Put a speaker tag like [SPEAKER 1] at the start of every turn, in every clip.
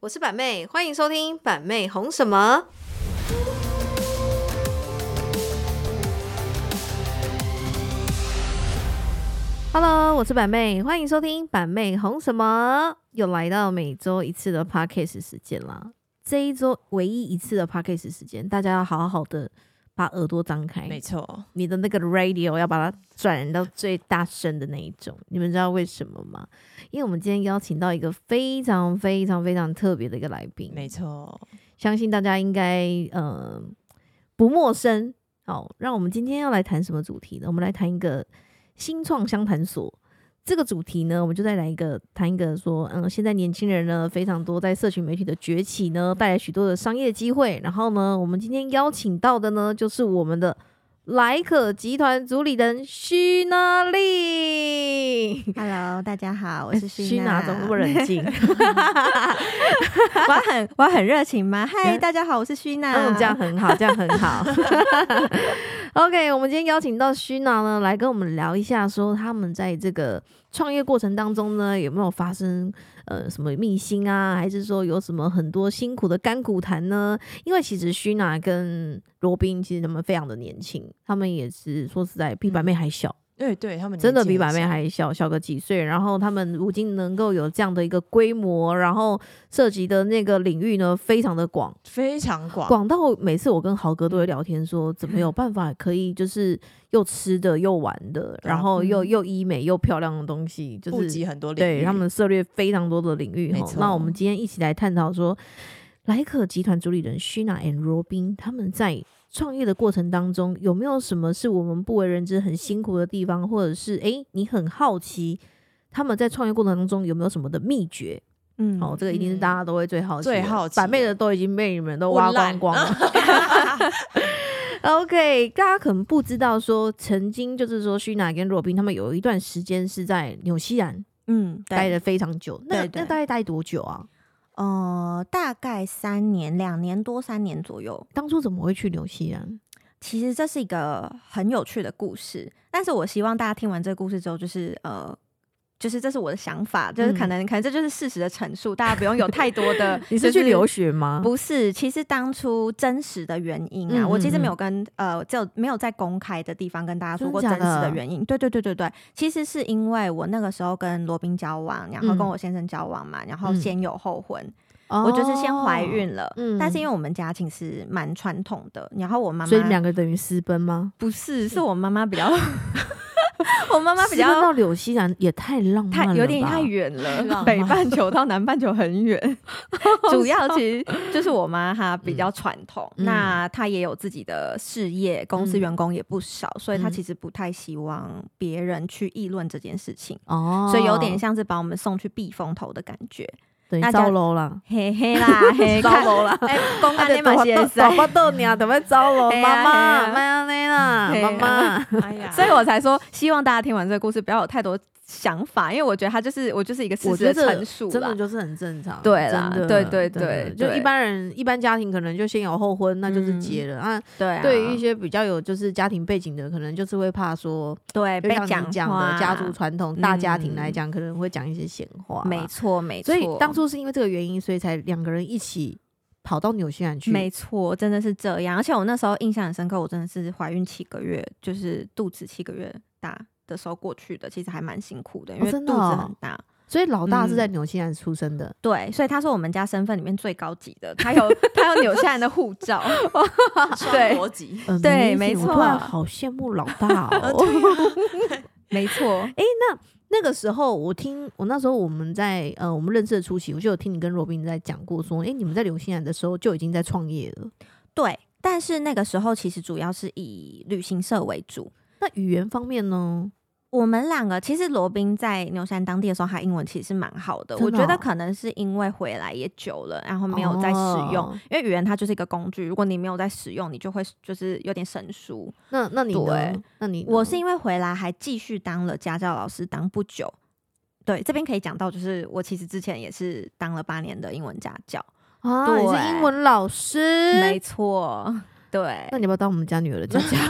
[SPEAKER 1] 我是板妹，欢迎收听板妹红什么。Hello，我是板妹，欢迎收听板妹红什么。又来到每周一次的 Podcast 时间啦，这一周唯一一次的 Podcast 时间，大家要好好的把耳朵张开，
[SPEAKER 2] 没错，
[SPEAKER 1] 你的那个 radio 要把它转到最大声的那一种。你们知道为什么吗？因为我们今天邀请到一个非常非常非常特别的一个来宾，
[SPEAKER 2] 没错，
[SPEAKER 1] 相信大家应该呃不陌生。好，让我们今天要来谈什么主题呢？我们来谈一个新创相谈所。这个主题呢，我们就再来一个谈一个说，嗯，现在年轻人呢非常多在社群媒体的崛起呢，带来许多的商业机会。然后呢，我们今天邀请到的呢，就是我们的莱可集团主理人徐娜丽。
[SPEAKER 3] Hello，大家好，我是
[SPEAKER 1] 徐
[SPEAKER 3] 徐
[SPEAKER 1] 哎娜
[SPEAKER 3] 娜。
[SPEAKER 1] 怎么那么冷静？
[SPEAKER 3] 我很我很热情 吗？嗨，
[SPEAKER 1] 嗯
[SPEAKER 3] 大家好，我是徐娜。
[SPEAKER 1] 嗯，这 样很好，这样很好。OK，我们今天邀请到虚娜呢，来跟我们聊一下，说他们在这个创业过程当中呢，有没有发生呃什么秘辛啊，还是说有什么很多辛苦的甘苦谈呢？因为其实虚娜跟罗宾其实他们非常的年轻，他们也是说实在比板妹还小。
[SPEAKER 2] 对对，他们
[SPEAKER 1] 真的
[SPEAKER 2] 嗯年纪
[SPEAKER 1] 比
[SPEAKER 2] 很
[SPEAKER 1] 板妹
[SPEAKER 2] 小
[SPEAKER 1] 还小，小个几岁。然后他们如今能够有这样的一个规模，然后涉及的那个领域呢，非常的广。
[SPEAKER 2] 非常广，
[SPEAKER 1] 广到每次我跟豪哥都
[SPEAKER 2] 嗯
[SPEAKER 1] 会聊天说，怎么 有办法可以就是又吃的又玩的，
[SPEAKER 2] 对啊
[SPEAKER 1] 然后又
[SPEAKER 3] 嗯
[SPEAKER 1] 又医美又漂亮的东西，就
[SPEAKER 2] 顾
[SPEAKER 1] 是
[SPEAKER 2] 及很多领域，
[SPEAKER 1] 对他 们涉猎非常多的领域
[SPEAKER 2] 没
[SPEAKER 1] 哈。
[SPEAKER 2] 错
[SPEAKER 1] 那我们今天一起来探讨说，莱可集团主理人 Shina and Robin 他们在创业的过程当中有没有什么是我们不为人知、很辛苦的地方，或者是诶你很好奇他们在创业过程当中有没有什么的秘诀？
[SPEAKER 3] 嗯
[SPEAKER 1] 哦，这个一定是大家都会最好奇的、
[SPEAKER 2] 最好奇
[SPEAKER 1] 板妹的都已经被你们都挖光光了。OK，大家可能不知道说，曾经就是说，徐娜跟若冰他们有一段时间是在纽西兰
[SPEAKER 3] 嗯，
[SPEAKER 1] 待
[SPEAKER 3] 对
[SPEAKER 1] 的非常久，那
[SPEAKER 3] 对对
[SPEAKER 1] 那大概待多久啊？
[SPEAKER 3] 呃，大概三年，两年多，三年左右。
[SPEAKER 1] 当初怎么会去纽西兰？
[SPEAKER 3] 其实这是一个很有趣的故事，但是我希望大家听完这个故事之后，就是呃。就是这是我的想法，就是可
[SPEAKER 1] 嗯
[SPEAKER 3] 能、可能这就是事实的陈述，大家不用有太多的
[SPEAKER 1] 。你
[SPEAKER 3] 就是
[SPEAKER 1] 去留学吗？
[SPEAKER 3] 不是，其实当初真实的原因啊，
[SPEAKER 1] 嗯
[SPEAKER 3] 我其实
[SPEAKER 1] 嗯
[SPEAKER 3] 没有跟呃，只有没有在公开的地方跟大家说
[SPEAKER 1] 真
[SPEAKER 3] 过
[SPEAKER 1] 假
[SPEAKER 3] 真实的
[SPEAKER 1] 的
[SPEAKER 3] 原因。对对对对对，其实是因为我那个时候跟罗宾交往，然后
[SPEAKER 1] 嗯
[SPEAKER 3] 跟我先生交往嘛，然后
[SPEAKER 1] 嗯
[SPEAKER 3] 先有后婚，
[SPEAKER 1] 哦，
[SPEAKER 3] 我就是先怀孕了。
[SPEAKER 1] 嗯
[SPEAKER 3] 但是因为我们家庭是蛮传统的，然后我妈妈
[SPEAKER 1] 所以你们两个等于私奔吗？
[SPEAKER 3] 不是，是我妈妈比较， 我妈妈比
[SPEAKER 1] 私奔
[SPEAKER 3] 较
[SPEAKER 1] 到纽西兰也太浪漫
[SPEAKER 3] 太
[SPEAKER 1] 了吧，
[SPEAKER 3] 有点太远
[SPEAKER 2] 太浪
[SPEAKER 3] 了，
[SPEAKER 2] 漫
[SPEAKER 3] 北半球到南半球 很远。主要其实就是我妈她比较传统，
[SPEAKER 1] 嗯
[SPEAKER 3] 那她也有自己的事业，公司
[SPEAKER 1] 嗯
[SPEAKER 3] 员工也不少，所以她
[SPEAKER 1] 嗯
[SPEAKER 3] 其实不太希望别人去议论这件事情。
[SPEAKER 1] 哦，
[SPEAKER 3] 所以有点像是把我们送去避风头的感觉，
[SPEAKER 1] 等于
[SPEAKER 3] 大家
[SPEAKER 1] 糟楼了，
[SPEAKER 3] 嘿嘿 啦，嘿，
[SPEAKER 1] 糟
[SPEAKER 3] 看
[SPEAKER 1] 楼了。
[SPEAKER 3] 哎，公安
[SPEAKER 1] 啊
[SPEAKER 3] 的马先
[SPEAKER 1] 豆
[SPEAKER 3] 生，
[SPEAKER 1] 花豆娘怎么啊糟了？
[SPEAKER 3] 嘿
[SPEAKER 1] 妈
[SPEAKER 3] 啊
[SPEAKER 1] 妈，
[SPEAKER 3] 嘿啊
[SPEAKER 1] 妈呀，那啦，
[SPEAKER 3] 嘿
[SPEAKER 1] 妈
[SPEAKER 3] 啊
[SPEAKER 1] 妈，
[SPEAKER 2] 哎呀，
[SPEAKER 3] 所以我才说希望大家听完这个故事不要有太多想法，因为我觉得它就是我就是一个事
[SPEAKER 1] 我
[SPEAKER 3] 实的
[SPEAKER 1] 觉得
[SPEAKER 3] 陈述
[SPEAKER 1] 真
[SPEAKER 3] 啦
[SPEAKER 1] 的。就是很正常。
[SPEAKER 3] 对啦
[SPEAKER 1] 真的
[SPEAKER 3] 对对
[SPEAKER 1] 真的
[SPEAKER 3] 对
[SPEAKER 1] 就
[SPEAKER 3] 对嗯
[SPEAKER 1] 一般人一般家庭可能就先有后婚，那就是结了啊。
[SPEAKER 3] 对啊，
[SPEAKER 1] 对于一些比较有就是家庭背景的，可能就是会怕说，
[SPEAKER 3] 对
[SPEAKER 1] 就
[SPEAKER 3] 哎被
[SPEAKER 1] 像
[SPEAKER 3] 讲
[SPEAKER 1] 你讲
[SPEAKER 3] 话
[SPEAKER 1] 的家族传统大家庭
[SPEAKER 3] 嗯
[SPEAKER 1] 来讲，可能会讲一些闲话。
[SPEAKER 3] 没，错，没错。
[SPEAKER 1] 所以当初是因为这个原因，所以才两个人一起跑到纽西兰去。
[SPEAKER 3] 没错，真的是这样。而且我那时候印象很深刻，我真的是怀孕七个月，就是肚子七个月大的时候过去的，其实还蛮辛苦的，因为肚
[SPEAKER 1] 真的
[SPEAKER 3] 子
[SPEAKER 1] 哦
[SPEAKER 3] 很大。
[SPEAKER 1] 所以老大是在
[SPEAKER 3] 嗯
[SPEAKER 1] 纽西兰出生的。
[SPEAKER 3] 对，所以他是我们家身份里面最高级的， 他有他有纽西兰的护照。对
[SPEAKER 2] 逻辑，
[SPEAKER 1] 呃
[SPEAKER 3] 对没
[SPEAKER 1] amazing，我突然
[SPEAKER 3] 错
[SPEAKER 1] 好羡慕老大 哦。
[SPEAKER 3] 没错，
[SPEAKER 1] 那个时候，我听我那时候我们在呃我们认识的初期，我就有听你跟罗宾在讲过说，诶，你们在纽西兰的时候就已经在创业了。
[SPEAKER 3] 对。但是那个时候其实主要是以旅行社为主。
[SPEAKER 1] 那语言方面呢？
[SPEAKER 3] 我们两个其实罗宾在牛山当地的时候，他英文其实是蛮好的。
[SPEAKER 1] 真
[SPEAKER 3] 我
[SPEAKER 1] 的
[SPEAKER 3] 觉得
[SPEAKER 1] 哦
[SPEAKER 3] 可能是因为回来也久了，然后没有再使用，
[SPEAKER 1] 哦
[SPEAKER 3] 因为语言它就是一个工具，如果你没有在使用，你就会就是有点生疏。
[SPEAKER 1] 那那你呢
[SPEAKER 3] 对？
[SPEAKER 1] 那你呢
[SPEAKER 3] 我是因为回来还继续当了家教老师，当不久。对，这边可以讲到，就是我其实之前也是当了八年的英文家教，
[SPEAKER 1] 啊，
[SPEAKER 3] 对
[SPEAKER 1] 你是英文老
[SPEAKER 3] 没
[SPEAKER 1] 师。
[SPEAKER 3] 错。对，
[SPEAKER 1] 那你要不要当我们家女儿的家教？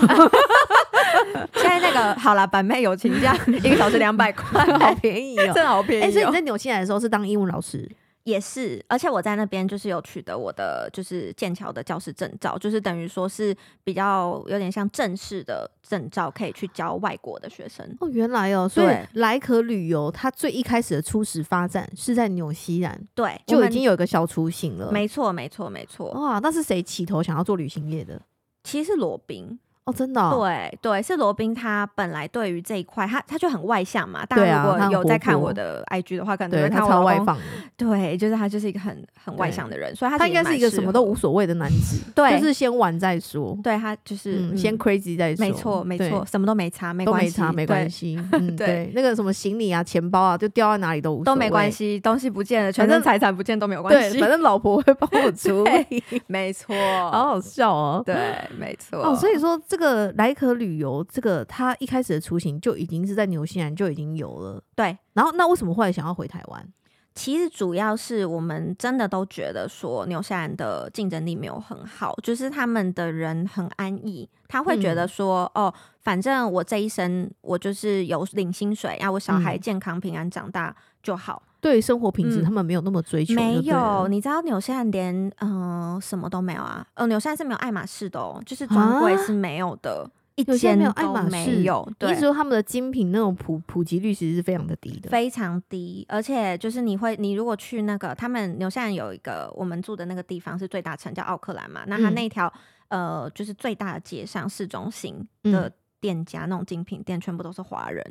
[SPEAKER 3] 现在那个好啦，板妹友 情价一个小时两百块，
[SPEAKER 1] 好便宜哦！
[SPEAKER 3] 真的好便宜、
[SPEAKER 1] 哎、
[SPEAKER 3] 哦。
[SPEAKER 1] 所以你在纽西兰的时候是当英文老师，
[SPEAKER 3] 也是，而且我在那边就是有取得我的就是剑桥的教师证照，就是等于说是比较有点像正式的证照，可以去教外国的学生。
[SPEAKER 1] 哦，原来哦，所以
[SPEAKER 3] 对
[SPEAKER 1] 莱可旅游它最一开始的初始发展是在纽西兰，
[SPEAKER 3] 对，我
[SPEAKER 1] 就已
[SPEAKER 3] 们
[SPEAKER 1] 经有一个小雏形了。
[SPEAKER 3] 没错，没错，没错。
[SPEAKER 1] 哇，那是谁起头想要做旅行业的？
[SPEAKER 3] 其实是罗宾，
[SPEAKER 1] 哦，真的、哦，
[SPEAKER 3] 对对，是罗宾，他本来对于这一块，他他就很外向嘛。大
[SPEAKER 1] 对
[SPEAKER 3] 家
[SPEAKER 1] 啊
[SPEAKER 3] 如
[SPEAKER 1] 他
[SPEAKER 3] 果
[SPEAKER 1] 很
[SPEAKER 3] 有在
[SPEAKER 1] 活
[SPEAKER 3] 看
[SPEAKER 1] 泼
[SPEAKER 3] 我的 IG 的话，可能
[SPEAKER 1] 对
[SPEAKER 3] 会
[SPEAKER 1] 他
[SPEAKER 3] 看我
[SPEAKER 1] 超
[SPEAKER 3] 老
[SPEAKER 1] 外
[SPEAKER 3] 公。
[SPEAKER 1] 放的，
[SPEAKER 3] 对，就是他就是一个很很外
[SPEAKER 1] 对
[SPEAKER 3] 向的人，所以他
[SPEAKER 1] 他
[SPEAKER 3] 其
[SPEAKER 1] 应
[SPEAKER 3] 实
[SPEAKER 1] 该是
[SPEAKER 3] 蛮
[SPEAKER 1] 一个
[SPEAKER 3] 适
[SPEAKER 1] 什么都
[SPEAKER 3] 合
[SPEAKER 1] 无所谓的男子，
[SPEAKER 3] 对，
[SPEAKER 1] 就是先玩再说，
[SPEAKER 3] 对他就是、
[SPEAKER 1] 嗯，先
[SPEAKER 3] 嗯
[SPEAKER 1] crazy 再说，
[SPEAKER 3] 没错没
[SPEAKER 1] 对
[SPEAKER 3] 错，，什么都没差，没
[SPEAKER 1] 都
[SPEAKER 3] 关
[SPEAKER 1] 没
[SPEAKER 3] 系，
[SPEAKER 1] 差，没关
[SPEAKER 3] 对，
[SPEAKER 1] 系， 嗯，
[SPEAKER 3] 对
[SPEAKER 1] 对，那个什么行李啊、钱包啊，就掉在哪里都无所
[SPEAKER 3] 都没关
[SPEAKER 1] 谓。
[SPEAKER 3] 系，东西不见了，全
[SPEAKER 1] 反
[SPEAKER 3] 身
[SPEAKER 1] 正
[SPEAKER 3] 财产不见都没有关
[SPEAKER 1] 对，
[SPEAKER 3] 系
[SPEAKER 1] 反，正老婆会帮 我处理，
[SPEAKER 3] 没错，
[SPEAKER 1] 好好笑哦。
[SPEAKER 3] 对，没错，
[SPEAKER 1] 哦，所以说这个莱可旅游，这个他一开始的雏形就已经是在纽西兰就已经有了。
[SPEAKER 3] 对，
[SPEAKER 1] 然后那为什么后来想要回台湾？
[SPEAKER 3] 其实主要是我们真的都觉得说纽西兰的竞争力没有很好，就是他们的人很安逸，他会
[SPEAKER 1] 嗯
[SPEAKER 3] 觉得说、哦，反正我这一生我就是有领薪水，啊，我小孩
[SPEAKER 1] 嗯
[SPEAKER 3] 健康平安长大就好。
[SPEAKER 1] 对于生活品质，
[SPEAKER 3] 嗯
[SPEAKER 1] 他们没有那么追求，
[SPEAKER 3] 没
[SPEAKER 1] 就对了
[SPEAKER 3] 有，你知道纽西兰连嗯、呃什么都没有啊？呃，纽西兰是没有爱马仕的哦，就是专柜
[SPEAKER 1] 啊
[SPEAKER 3] 是没有的，一
[SPEAKER 1] 纽西兰
[SPEAKER 3] 间
[SPEAKER 1] 没有爱马
[SPEAKER 3] 都
[SPEAKER 1] 仕
[SPEAKER 3] 没有，
[SPEAKER 1] 你
[SPEAKER 3] 对
[SPEAKER 1] 一直。说他们的精品那种普普及率其实是非常的低的。
[SPEAKER 3] 非常低，而且就是你会，你如果去那个他们纽西兰有一个我们住的那个地方是最大城叫奥克兰嘛，那它
[SPEAKER 1] 嗯
[SPEAKER 3] 那一条、呃就是最大的街上市中心的
[SPEAKER 1] 嗯
[SPEAKER 3] 店家、那种精品店全部都是华人，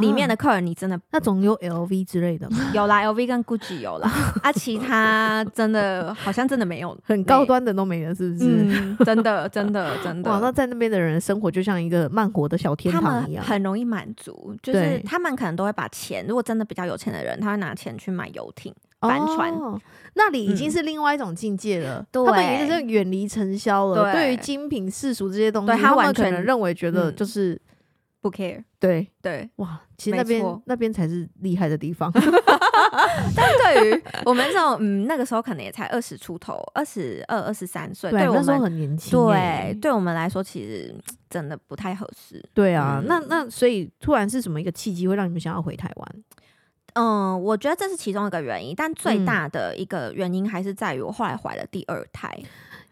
[SPEAKER 3] 里面的
[SPEAKER 1] 啊
[SPEAKER 3] 客人你真的
[SPEAKER 1] 那总有 LV 之类的吗，
[SPEAKER 3] 有啦，LV 跟 GUCCI 有啦，啊其他真的好像真的没有
[SPEAKER 1] 很高，端的都没了， 是不是？
[SPEAKER 3] 嗯，真的真的真
[SPEAKER 1] 哇，那
[SPEAKER 3] 的。
[SPEAKER 1] 在那边的人生活就像一个慢活的小天
[SPEAKER 3] 他
[SPEAKER 1] 堂一
[SPEAKER 3] 们
[SPEAKER 1] 样。
[SPEAKER 3] 很容易满足，就
[SPEAKER 1] 对
[SPEAKER 3] 是他们可能都会把钱，如果真的比较有钱的人，他会拿钱去买游艇。帆船
[SPEAKER 1] 哦，那里已经
[SPEAKER 3] 嗯
[SPEAKER 1] 是另外一种境界了。
[SPEAKER 3] 对
[SPEAKER 1] 他们已经是远离尘嚣了。
[SPEAKER 3] 对
[SPEAKER 1] 对于精品世俗这些东西，
[SPEAKER 3] 对
[SPEAKER 1] 他
[SPEAKER 3] 他
[SPEAKER 1] 们
[SPEAKER 3] 完全
[SPEAKER 1] 可能认为觉得
[SPEAKER 3] 嗯
[SPEAKER 1] 就是、
[SPEAKER 3] 不 care，
[SPEAKER 1] 对
[SPEAKER 3] 对，
[SPEAKER 1] 哇，其实
[SPEAKER 3] 没
[SPEAKER 1] 那边
[SPEAKER 3] 错
[SPEAKER 1] 那边才是厉害的地方。
[SPEAKER 3] 对于我们这种，嗯，那个时候可能也才二十出头，二十二、二十三岁，
[SPEAKER 1] 啊
[SPEAKER 3] 对我
[SPEAKER 1] 那时候
[SPEAKER 3] 们，
[SPEAKER 1] 很年轻欸、
[SPEAKER 3] 对，对我们来说，其实嗯真的不太合适。
[SPEAKER 1] 对啊，
[SPEAKER 3] 嗯
[SPEAKER 1] 那那所以突然是什么一个契机会让你们想要回台湾？
[SPEAKER 3] 嗯，我觉得这是其中一个原因，但
[SPEAKER 1] 嗯
[SPEAKER 3] 最大的一个原因还是在于我后来怀了第二胎。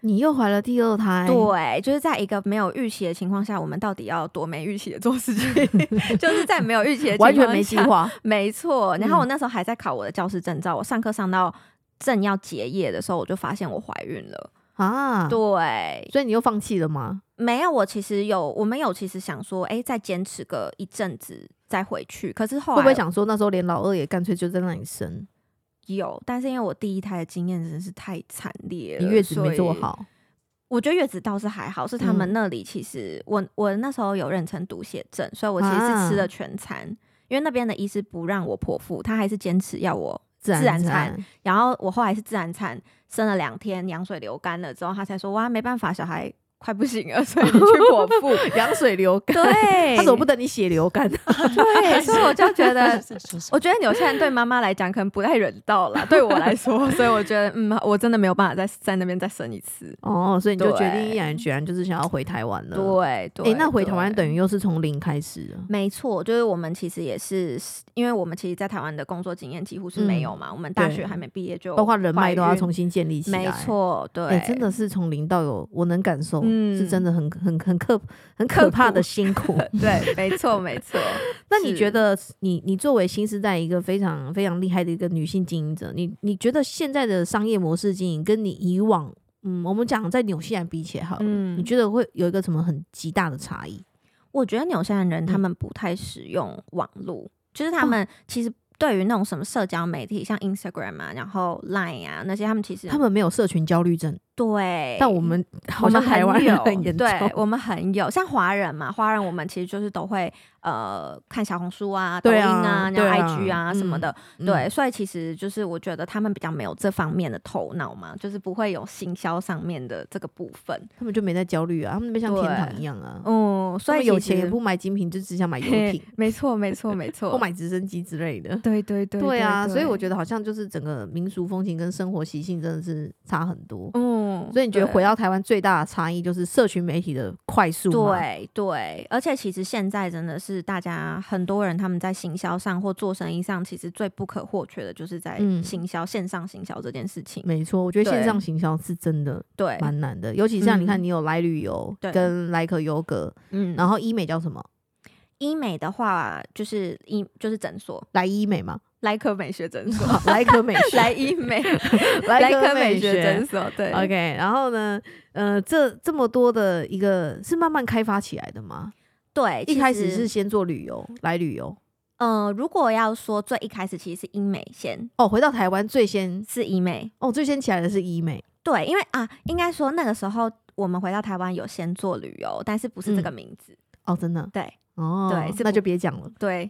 [SPEAKER 1] 你又怀了第二胎，哎
[SPEAKER 3] 对，就是在一个没有预期的情况下，我们到底要多没预期的做事情？ 就是在没有预期的情况
[SPEAKER 1] 完
[SPEAKER 3] 下，
[SPEAKER 1] 全没计 划，
[SPEAKER 3] 没错，然后
[SPEAKER 1] 嗯
[SPEAKER 3] 我那时候还在考我的教师证照，我上课上到正要结业的时候，我就发现我怀孕了。
[SPEAKER 1] 啊。
[SPEAKER 3] 对，
[SPEAKER 1] 所以你又放弃了吗？
[SPEAKER 3] 没有，我其实有，我们有其实想说，哎、再坚持个一阵子再回去。可是后
[SPEAKER 1] 会
[SPEAKER 3] 来
[SPEAKER 1] 不会想说那时候连老二也干脆就在那里生，
[SPEAKER 3] 有？但是因为我第一胎的经验真的是太惨烈了，
[SPEAKER 1] 你月子没做
[SPEAKER 3] 所以。
[SPEAKER 1] 好？
[SPEAKER 3] 我觉得月子倒是还好，是他
[SPEAKER 1] 嗯
[SPEAKER 3] 们那里其实、我我那时候有妊娠毒血症，所以我其实
[SPEAKER 1] 啊
[SPEAKER 3] 是吃了全餐，因为那边的医师不让我剖腹，他还是坚持要我。
[SPEAKER 1] 自
[SPEAKER 3] 自然
[SPEAKER 1] 产
[SPEAKER 3] 产然后我后来是自然产，生了两天，羊水流干了之后，他才说哇没办法，小孩快不行了，所以你去剖腹。
[SPEAKER 1] 羊水流干，
[SPEAKER 3] 对，
[SPEAKER 1] 他怎么不等你血流干？，
[SPEAKER 3] 对，所以我就觉得 我觉得纽西兰对妈妈来讲可能不太人 道啦，对我来说，所以我觉得，嗯，我真的没有办法在在那边再生一 次。
[SPEAKER 1] 哦，所以你就
[SPEAKER 3] 对
[SPEAKER 1] 决定毅然决然就是想要回台湾了。
[SPEAKER 3] 对对，
[SPEAKER 1] 诶那回台湾
[SPEAKER 3] 对
[SPEAKER 1] 等于又是从零开始了。
[SPEAKER 3] 没错，就是我们其实也是，因为我们其实，在台湾的工作经验几乎是没有嘛，我们大
[SPEAKER 1] 嗯对
[SPEAKER 3] 学还没毕业就
[SPEAKER 1] 包括人脉都要
[SPEAKER 3] 怀孕
[SPEAKER 1] 重新建立起来，
[SPEAKER 3] 没错，对，
[SPEAKER 1] 诶真的是从零到有，我能感受，
[SPEAKER 3] 嗯
[SPEAKER 1] 是真的很很很可很可怕 的辛苦。。
[SPEAKER 3] 对，没错，没错
[SPEAKER 1] 那你觉
[SPEAKER 3] 是
[SPEAKER 1] 得你你作为新时代一个非常非常厉害的一个女性经营者，你你觉得现在的商业模式经营跟你以往，嗯，我们讲在纽西兰比起来好了，
[SPEAKER 3] 嗯
[SPEAKER 1] 你觉得会有一个什么很极大的差异？
[SPEAKER 3] 我觉得纽西兰人他
[SPEAKER 1] 嗯
[SPEAKER 3] 们不太使用网络，就是他
[SPEAKER 1] 哦
[SPEAKER 3] 们其实对于那种什么社交媒体，像 Instagram 啊，然后 Line 啊那些，他们其实
[SPEAKER 1] 他们没有社群焦虑症，
[SPEAKER 3] 对，
[SPEAKER 1] 但我们 好
[SPEAKER 3] 嗯我
[SPEAKER 1] 像
[SPEAKER 3] 们
[SPEAKER 1] 台湾
[SPEAKER 3] 很
[SPEAKER 1] 人
[SPEAKER 3] 有
[SPEAKER 1] 很严重。
[SPEAKER 3] 对我们很有像华人嘛，华人我们其实就是都会呃看小红书啊、抖
[SPEAKER 1] 对
[SPEAKER 3] 音
[SPEAKER 1] 啊
[SPEAKER 3] 啊、
[SPEAKER 1] 对
[SPEAKER 3] 然
[SPEAKER 1] 啊
[SPEAKER 3] 后 IG 啊什么的，
[SPEAKER 1] 嗯
[SPEAKER 3] 对，所以其实就是我觉得他们比较没有这方面的头脑嘛，就是不会有行销上面的这个部分，
[SPEAKER 1] 他们就没在焦虑啊，他们那边像天堂一样啊。
[SPEAKER 3] 嗯，所
[SPEAKER 1] 他们
[SPEAKER 3] 以其
[SPEAKER 1] 有钱也
[SPEAKER 3] 实
[SPEAKER 1] 不买精品，就只想买游
[SPEAKER 3] 嘿
[SPEAKER 1] 艇，
[SPEAKER 3] 没错，没错，没错，
[SPEAKER 1] 不买直升机之类的。
[SPEAKER 3] 对对对
[SPEAKER 1] 对啊，所以我
[SPEAKER 3] 得。
[SPEAKER 1] 觉得好像就是整个民俗风情跟生活习性真的是差很多。
[SPEAKER 3] 嗯，嗯
[SPEAKER 1] 所以你觉得
[SPEAKER 3] 对
[SPEAKER 1] 回到台湾最大的差异就是社群媒体的快速吗，
[SPEAKER 3] 对对，而且其实现在真的是大家很多人他们在行销上或做生意上，其实最不可或缺的就是在
[SPEAKER 1] 嗯
[SPEAKER 3] 行销、线上行销这件事情。
[SPEAKER 1] 没错，我觉得线
[SPEAKER 3] 对
[SPEAKER 1] 上行销是真的
[SPEAKER 3] 对，
[SPEAKER 1] 蛮难的，尤其像你看，
[SPEAKER 3] 嗯
[SPEAKER 1] 你有来旅游
[SPEAKER 3] 对
[SPEAKER 1] 跟来可优格，
[SPEAKER 3] 嗯，然
[SPEAKER 1] 然
[SPEAKER 3] 后
[SPEAKER 1] 后医美叫什么？
[SPEAKER 3] 医美的话就是医就是诊所，
[SPEAKER 1] 来医美嘛，
[SPEAKER 3] 莱可美学 诊所，
[SPEAKER 1] 来可 美学，
[SPEAKER 3] 莱医美，
[SPEAKER 1] 来
[SPEAKER 3] 可
[SPEAKER 1] 美
[SPEAKER 3] 学诊所，对
[SPEAKER 1] OK，然后呢，呃，这这么多的一个是慢慢开发起来的吗？
[SPEAKER 3] 对，
[SPEAKER 1] 一
[SPEAKER 3] 其
[SPEAKER 1] 开始
[SPEAKER 3] 实
[SPEAKER 1] 是先做旅游，来旅游
[SPEAKER 3] 呃，如果要说最一开始其实是医美先，
[SPEAKER 1] 哦，回到台湾最先
[SPEAKER 3] 是医美，
[SPEAKER 1] 哦，最先起来的是医美，
[SPEAKER 3] 对，因为啊，应该说那个时候我们回到台湾有先做旅游，但是不是这个
[SPEAKER 1] 嗯
[SPEAKER 3] 名字，
[SPEAKER 1] 哦，真的，
[SPEAKER 3] 对，
[SPEAKER 1] 哦，
[SPEAKER 3] 对是
[SPEAKER 1] 那
[SPEAKER 3] 不
[SPEAKER 1] 就别讲了，，
[SPEAKER 3] 对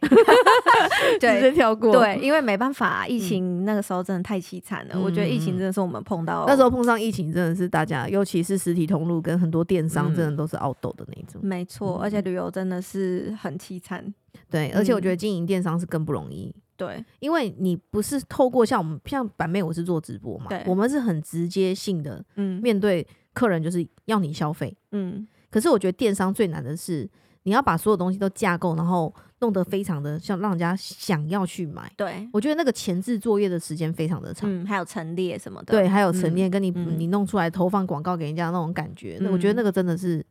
[SPEAKER 1] 直接嗯
[SPEAKER 3] 对。
[SPEAKER 1] 跳过。
[SPEAKER 3] 对，，因为没办法，啊疫情那个时候真的太凄惨了。我觉得疫情真的是我们碰
[SPEAKER 1] 嗯
[SPEAKER 3] 到
[SPEAKER 1] 那时候碰上疫情，真的是大家，尤其是实体通路跟很多电商，
[SPEAKER 3] 嗯
[SPEAKER 1] 真的都是凹斗的那一种。
[SPEAKER 3] 没错，
[SPEAKER 1] 嗯
[SPEAKER 3] 而且旅游真的是很凄惨。
[SPEAKER 1] 对，而且我觉得
[SPEAKER 3] 嗯
[SPEAKER 1] 经营电商是更不容易，
[SPEAKER 3] 对，
[SPEAKER 1] 因为你不是透过像我们像板妹，我是做直播嘛
[SPEAKER 3] 对，
[SPEAKER 1] 我们是很直接性的
[SPEAKER 3] 嗯
[SPEAKER 1] 面对客人，就是要你消费。
[SPEAKER 3] 嗯，
[SPEAKER 1] 可是我觉得电商最难的是，你要把所有东西都架构，然后弄得非常的像让人家想要去买。
[SPEAKER 3] 对，
[SPEAKER 1] 我觉得那个前置作业的时间非常的长。
[SPEAKER 3] 嗯，还有陈列什么的。
[SPEAKER 1] 对，还有
[SPEAKER 3] 嗯
[SPEAKER 1] 陈列跟你、
[SPEAKER 3] 嗯
[SPEAKER 1] 你弄出来投放广告给人家那种感觉，那我觉得那个真的是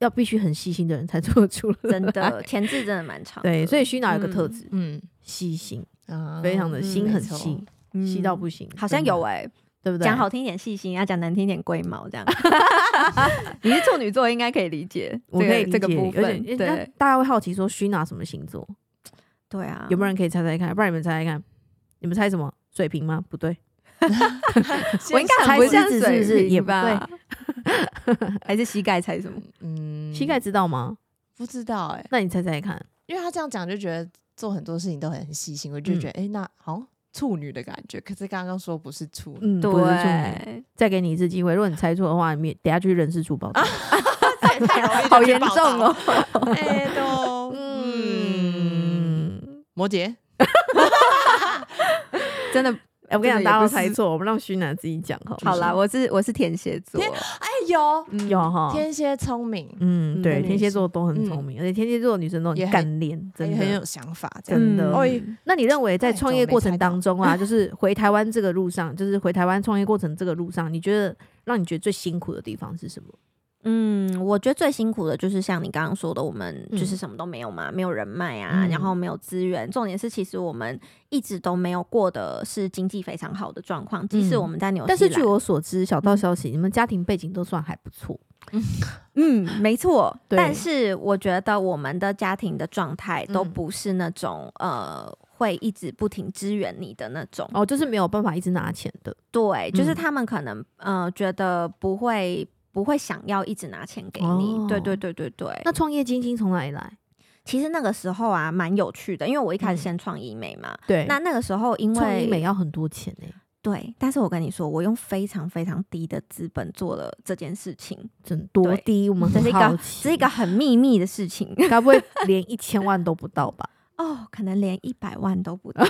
[SPEAKER 1] 要必须很细心的人才 做得出来。
[SPEAKER 3] 真的，前置真的蛮长的。
[SPEAKER 1] 对，所以虚脑有个特
[SPEAKER 3] 嗯
[SPEAKER 1] 质，
[SPEAKER 2] 嗯，
[SPEAKER 1] 细心，
[SPEAKER 2] 啊
[SPEAKER 1] 非常的心
[SPEAKER 3] 没
[SPEAKER 1] 很
[SPEAKER 3] 错
[SPEAKER 1] 细，
[SPEAKER 3] 嗯
[SPEAKER 1] 细到不行。
[SPEAKER 3] 好像
[SPEAKER 1] 真的
[SPEAKER 3] 有哎、
[SPEAKER 1] 对不对？
[SPEAKER 3] 讲好听一点细心，要讲难听一点龟毛 这样。你是处女座，应该可以理解，
[SPEAKER 1] 我
[SPEAKER 3] 这个
[SPEAKER 1] 可以理
[SPEAKER 3] 这个
[SPEAKER 1] 解
[SPEAKER 3] 部
[SPEAKER 1] 而且哎
[SPEAKER 3] 分。
[SPEAKER 1] 那
[SPEAKER 3] 对
[SPEAKER 1] 大家会好奇说虚拿什么星座？
[SPEAKER 3] 对啊，
[SPEAKER 1] 有没有人可以猜猜看？不然你们猜猜看，你们猜什么？水瓶吗？不对，
[SPEAKER 3] 我应该
[SPEAKER 1] 猜
[SPEAKER 3] 很不
[SPEAKER 1] 狮
[SPEAKER 3] 像
[SPEAKER 1] 子是
[SPEAKER 3] 水
[SPEAKER 1] 不是？
[SPEAKER 3] 瓶
[SPEAKER 1] 也不对
[SPEAKER 3] 吧，？还是膝盖猜什么？
[SPEAKER 2] 嗯，
[SPEAKER 1] 膝盖知道吗？
[SPEAKER 2] 不知道哎、
[SPEAKER 1] 那你猜猜看，
[SPEAKER 2] 因为他这样讲就觉得做很多事情都很细心，我
[SPEAKER 1] 嗯
[SPEAKER 2] 就觉得哎、诶那好像处女的感觉。可是刚刚说不是处女，
[SPEAKER 1] 嗯，不是处女。
[SPEAKER 3] 对，
[SPEAKER 1] 再给你一次机会，如果你猜错的话，你等下去人事处报道。
[SPEAKER 3] 啊
[SPEAKER 2] 太太容易就
[SPEAKER 3] 好
[SPEAKER 2] 去
[SPEAKER 3] 严
[SPEAKER 2] 报
[SPEAKER 3] 重
[SPEAKER 2] 道
[SPEAKER 3] 哦。
[SPEAKER 2] 了，哎、 都嗯，
[SPEAKER 1] 嗯，
[SPEAKER 2] 摩羯
[SPEAKER 3] 真的。
[SPEAKER 1] 哎，我跟你讲，大家
[SPEAKER 3] 也
[SPEAKER 1] 都
[SPEAKER 3] 不是
[SPEAKER 1] 猜错，我们让虚男自己讲好了。
[SPEAKER 3] 好啦，我是我是天蝎座，
[SPEAKER 2] 天哎有
[SPEAKER 3] 嗯
[SPEAKER 1] 有哈，
[SPEAKER 2] 天蝎聪明，
[SPEAKER 1] 嗯，对，
[SPEAKER 2] 嗯
[SPEAKER 1] 天蝎座都很聪明，而且天蝎座的女生都
[SPEAKER 2] 也
[SPEAKER 1] 很
[SPEAKER 2] 很
[SPEAKER 1] 干练，
[SPEAKER 2] 也
[SPEAKER 1] 真
[SPEAKER 2] 哎很
[SPEAKER 1] 的。
[SPEAKER 2] 有想法，这样
[SPEAKER 1] 真的
[SPEAKER 3] 嗯
[SPEAKER 2] 哎
[SPEAKER 1] 那你认为在
[SPEAKER 2] 哎怎
[SPEAKER 1] 创
[SPEAKER 2] 么
[SPEAKER 1] 业
[SPEAKER 2] 没
[SPEAKER 1] 过程
[SPEAKER 2] 猜到
[SPEAKER 1] 当中 啊，就是回台湾这个路上，就是回台湾创业过程这个路上，你觉得让你觉得最辛苦的地方是什么？
[SPEAKER 3] 嗯，我觉得最辛苦的就是像你刚刚说的，我们
[SPEAKER 1] 嗯
[SPEAKER 3] 就是什么都没有嘛，没有人脉啊，
[SPEAKER 1] 嗯
[SPEAKER 3] 然后没有资源。重点是，其实我们一直都没有过的是经济非常好的状况，即使
[SPEAKER 1] 嗯
[SPEAKER 3] 我们在纽西兰，
[SPEAKER 1] 但是据我所知，小道消息，你们家庭背景都算还不错。
[SPEAKER 3] 嗯，没错。
[SPEAKER 1] 对
[SPEAKER 3] 但是我觉得我们的家庭的状态都
[SPEAKER 2] 嗯
[SPEAKER 3] 不是那种、呃。会一直不停支援你的那种，
[SPEAKER 1] 哦，就是没有办法一直拿钱的。
[SPEAKER 3] 对，就是
[SPEAKER 1] 嗯
[SPEAKER 3] 他们可能呃觉得不会不会想要一直拿钱给你，
[SPEAKER 1] 哦
[SPEAKER 3] 对对对对对。
[SPEAKER 1] 那创业基金从哪里来？
[SPEAKER 3] 其实那个时候啊，蛮有趣的，因为我一开
[SPEAKER 1] 嗯
[SPEAKER 3] 始先创医美嘛。
[SPEAKER 1] 对
[SPEAKER 3] 那那个时候因
[SPEAKER 1] 创医美
[SPEAKER 3] 为
[SPEAKER 1] 要很多钱哎、
[SPEAKER 3] 对，但是我跟你说，我用非常非常低的资本做了这件事情，
[SPEAKER 1] 真多
[SPEAKER 3] 对
[SPEAKER 1] 低，我们
[SPEAKER 3] 这
[SPEAKER 1] 很
[SPEAKER 3] 是一个
[SPEAKER 1] 好
[SPEAKER 3] 这是
[SPEAKER 1] 奇
[SPEAKER 3] 一个，很秘密的事情
[SPEAKER 1] 该不会连一千万都不到吧？
[SPEAKER 3] 哦，可能连一百万都不到。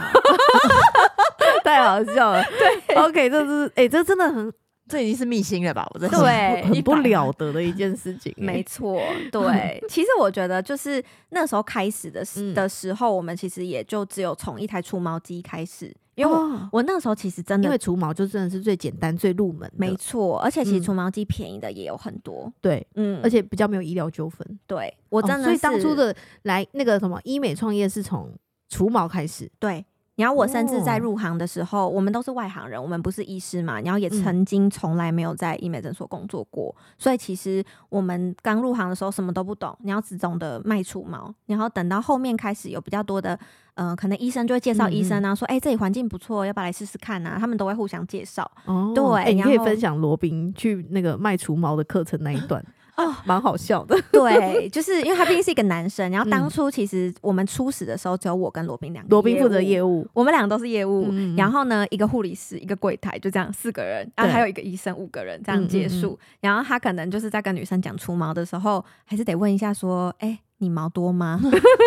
[SPEAKER 1] 太好笑了。对，OK，这是哎、这真的很
[SPEAKER 2] 这已经是秘辛了吧？我真的
[SPEAKER 3] 对
[SPEAKER 1] 很不很不
[SPEAKER 3] 100
[SPEAKER 1] 了得的一件事情、哎
[SPEAKER 3] 没错，对。其实我觉得，就是那时候开始的时
[SPEAKER 1] 嗯
[SPEAKER 3] 的时候，我们其实也就只有从一台除毛机开始，因为我、
[SPEAKER 1] 哦
[SPEAKER 3] 我那时候其实真
[SPEAKER 1] 因为
[SPEAKER 3] 的
[SPEAKER 1] 除毛就真的是最简单、最入门的，
[SPEAKER 3] 没错，而且其实
[SPEAKER 1] 嗯
[SPEAKER 3] 除毛机便宜的也有很多，
[SPEAKER 1] 对，
[SPEAKER 3] 嗯，
[SPEAKER 1] 而且比较没有医疗纠纷。
[SPEAKER 3] 对我
[SPEAKER 1] 哦
[SPEAKER 3] 真的是、
[SPEAKER 1] 所以当初的来那个什么医美创业是从除毛开始，
[SPEAKER 3] 对。然后我甚至
[SPEAKER 1] 哦
[SPEAKER 3] 在入行的时候，我们都是外行人，我们不是医师嘛，然后也
[SPEAKER 1] 嗯
[SPEAKER 3] 曾经从来没有在医美诊所工作过，所以其实我们刚入行的时候什么都不懂，然后只懂得卖除毛，然后等到后面开始有比较多的，呃，可能医生就会介绍
[SPEAKER 1] 嗯
[SPEAKER 3] 医生啊，说哎、这里环境不错，要不要来试试看啊？他们都会互相介绍
[SPEAKER 1] 哦
[SPEAKER 3] 对
[SPEAKER 1] 哎你可以
[SPEAKER 3] 然后
[SPEAKER 1] 分享罗宾去那个卖除毛的课程那一 段，
[SPEAKER 3] 哦，
[SPEAKER 1] 蛮好笑的。
[SPEAKER 3] 对，就是因为他毕竟是一个男生， 然后
[SPEAKER 1] 嗯
[SPEAKER 3] 当初其实我们初始的时候只有我跟罗宾两个，
[SPEAKER 1] 罗宾负责业
[SPEAKER 3] 务。
[SPEAKER 1] 务，
[SPEAKER 3] 我们两个都是业务，
[SPEAKER 1] 嗯嗯嗯
[SPEAKER 3] 然后呢，一个护理师，一个柜台，就这样四个人，然后
[SPEAKER 1] 对嗯
[SPEAKER 3] 还有一个医生，五个人这样结束。然后他可能就是在跟女生讲除毛的时候，还是得问一下说，哎、你毛 多吗？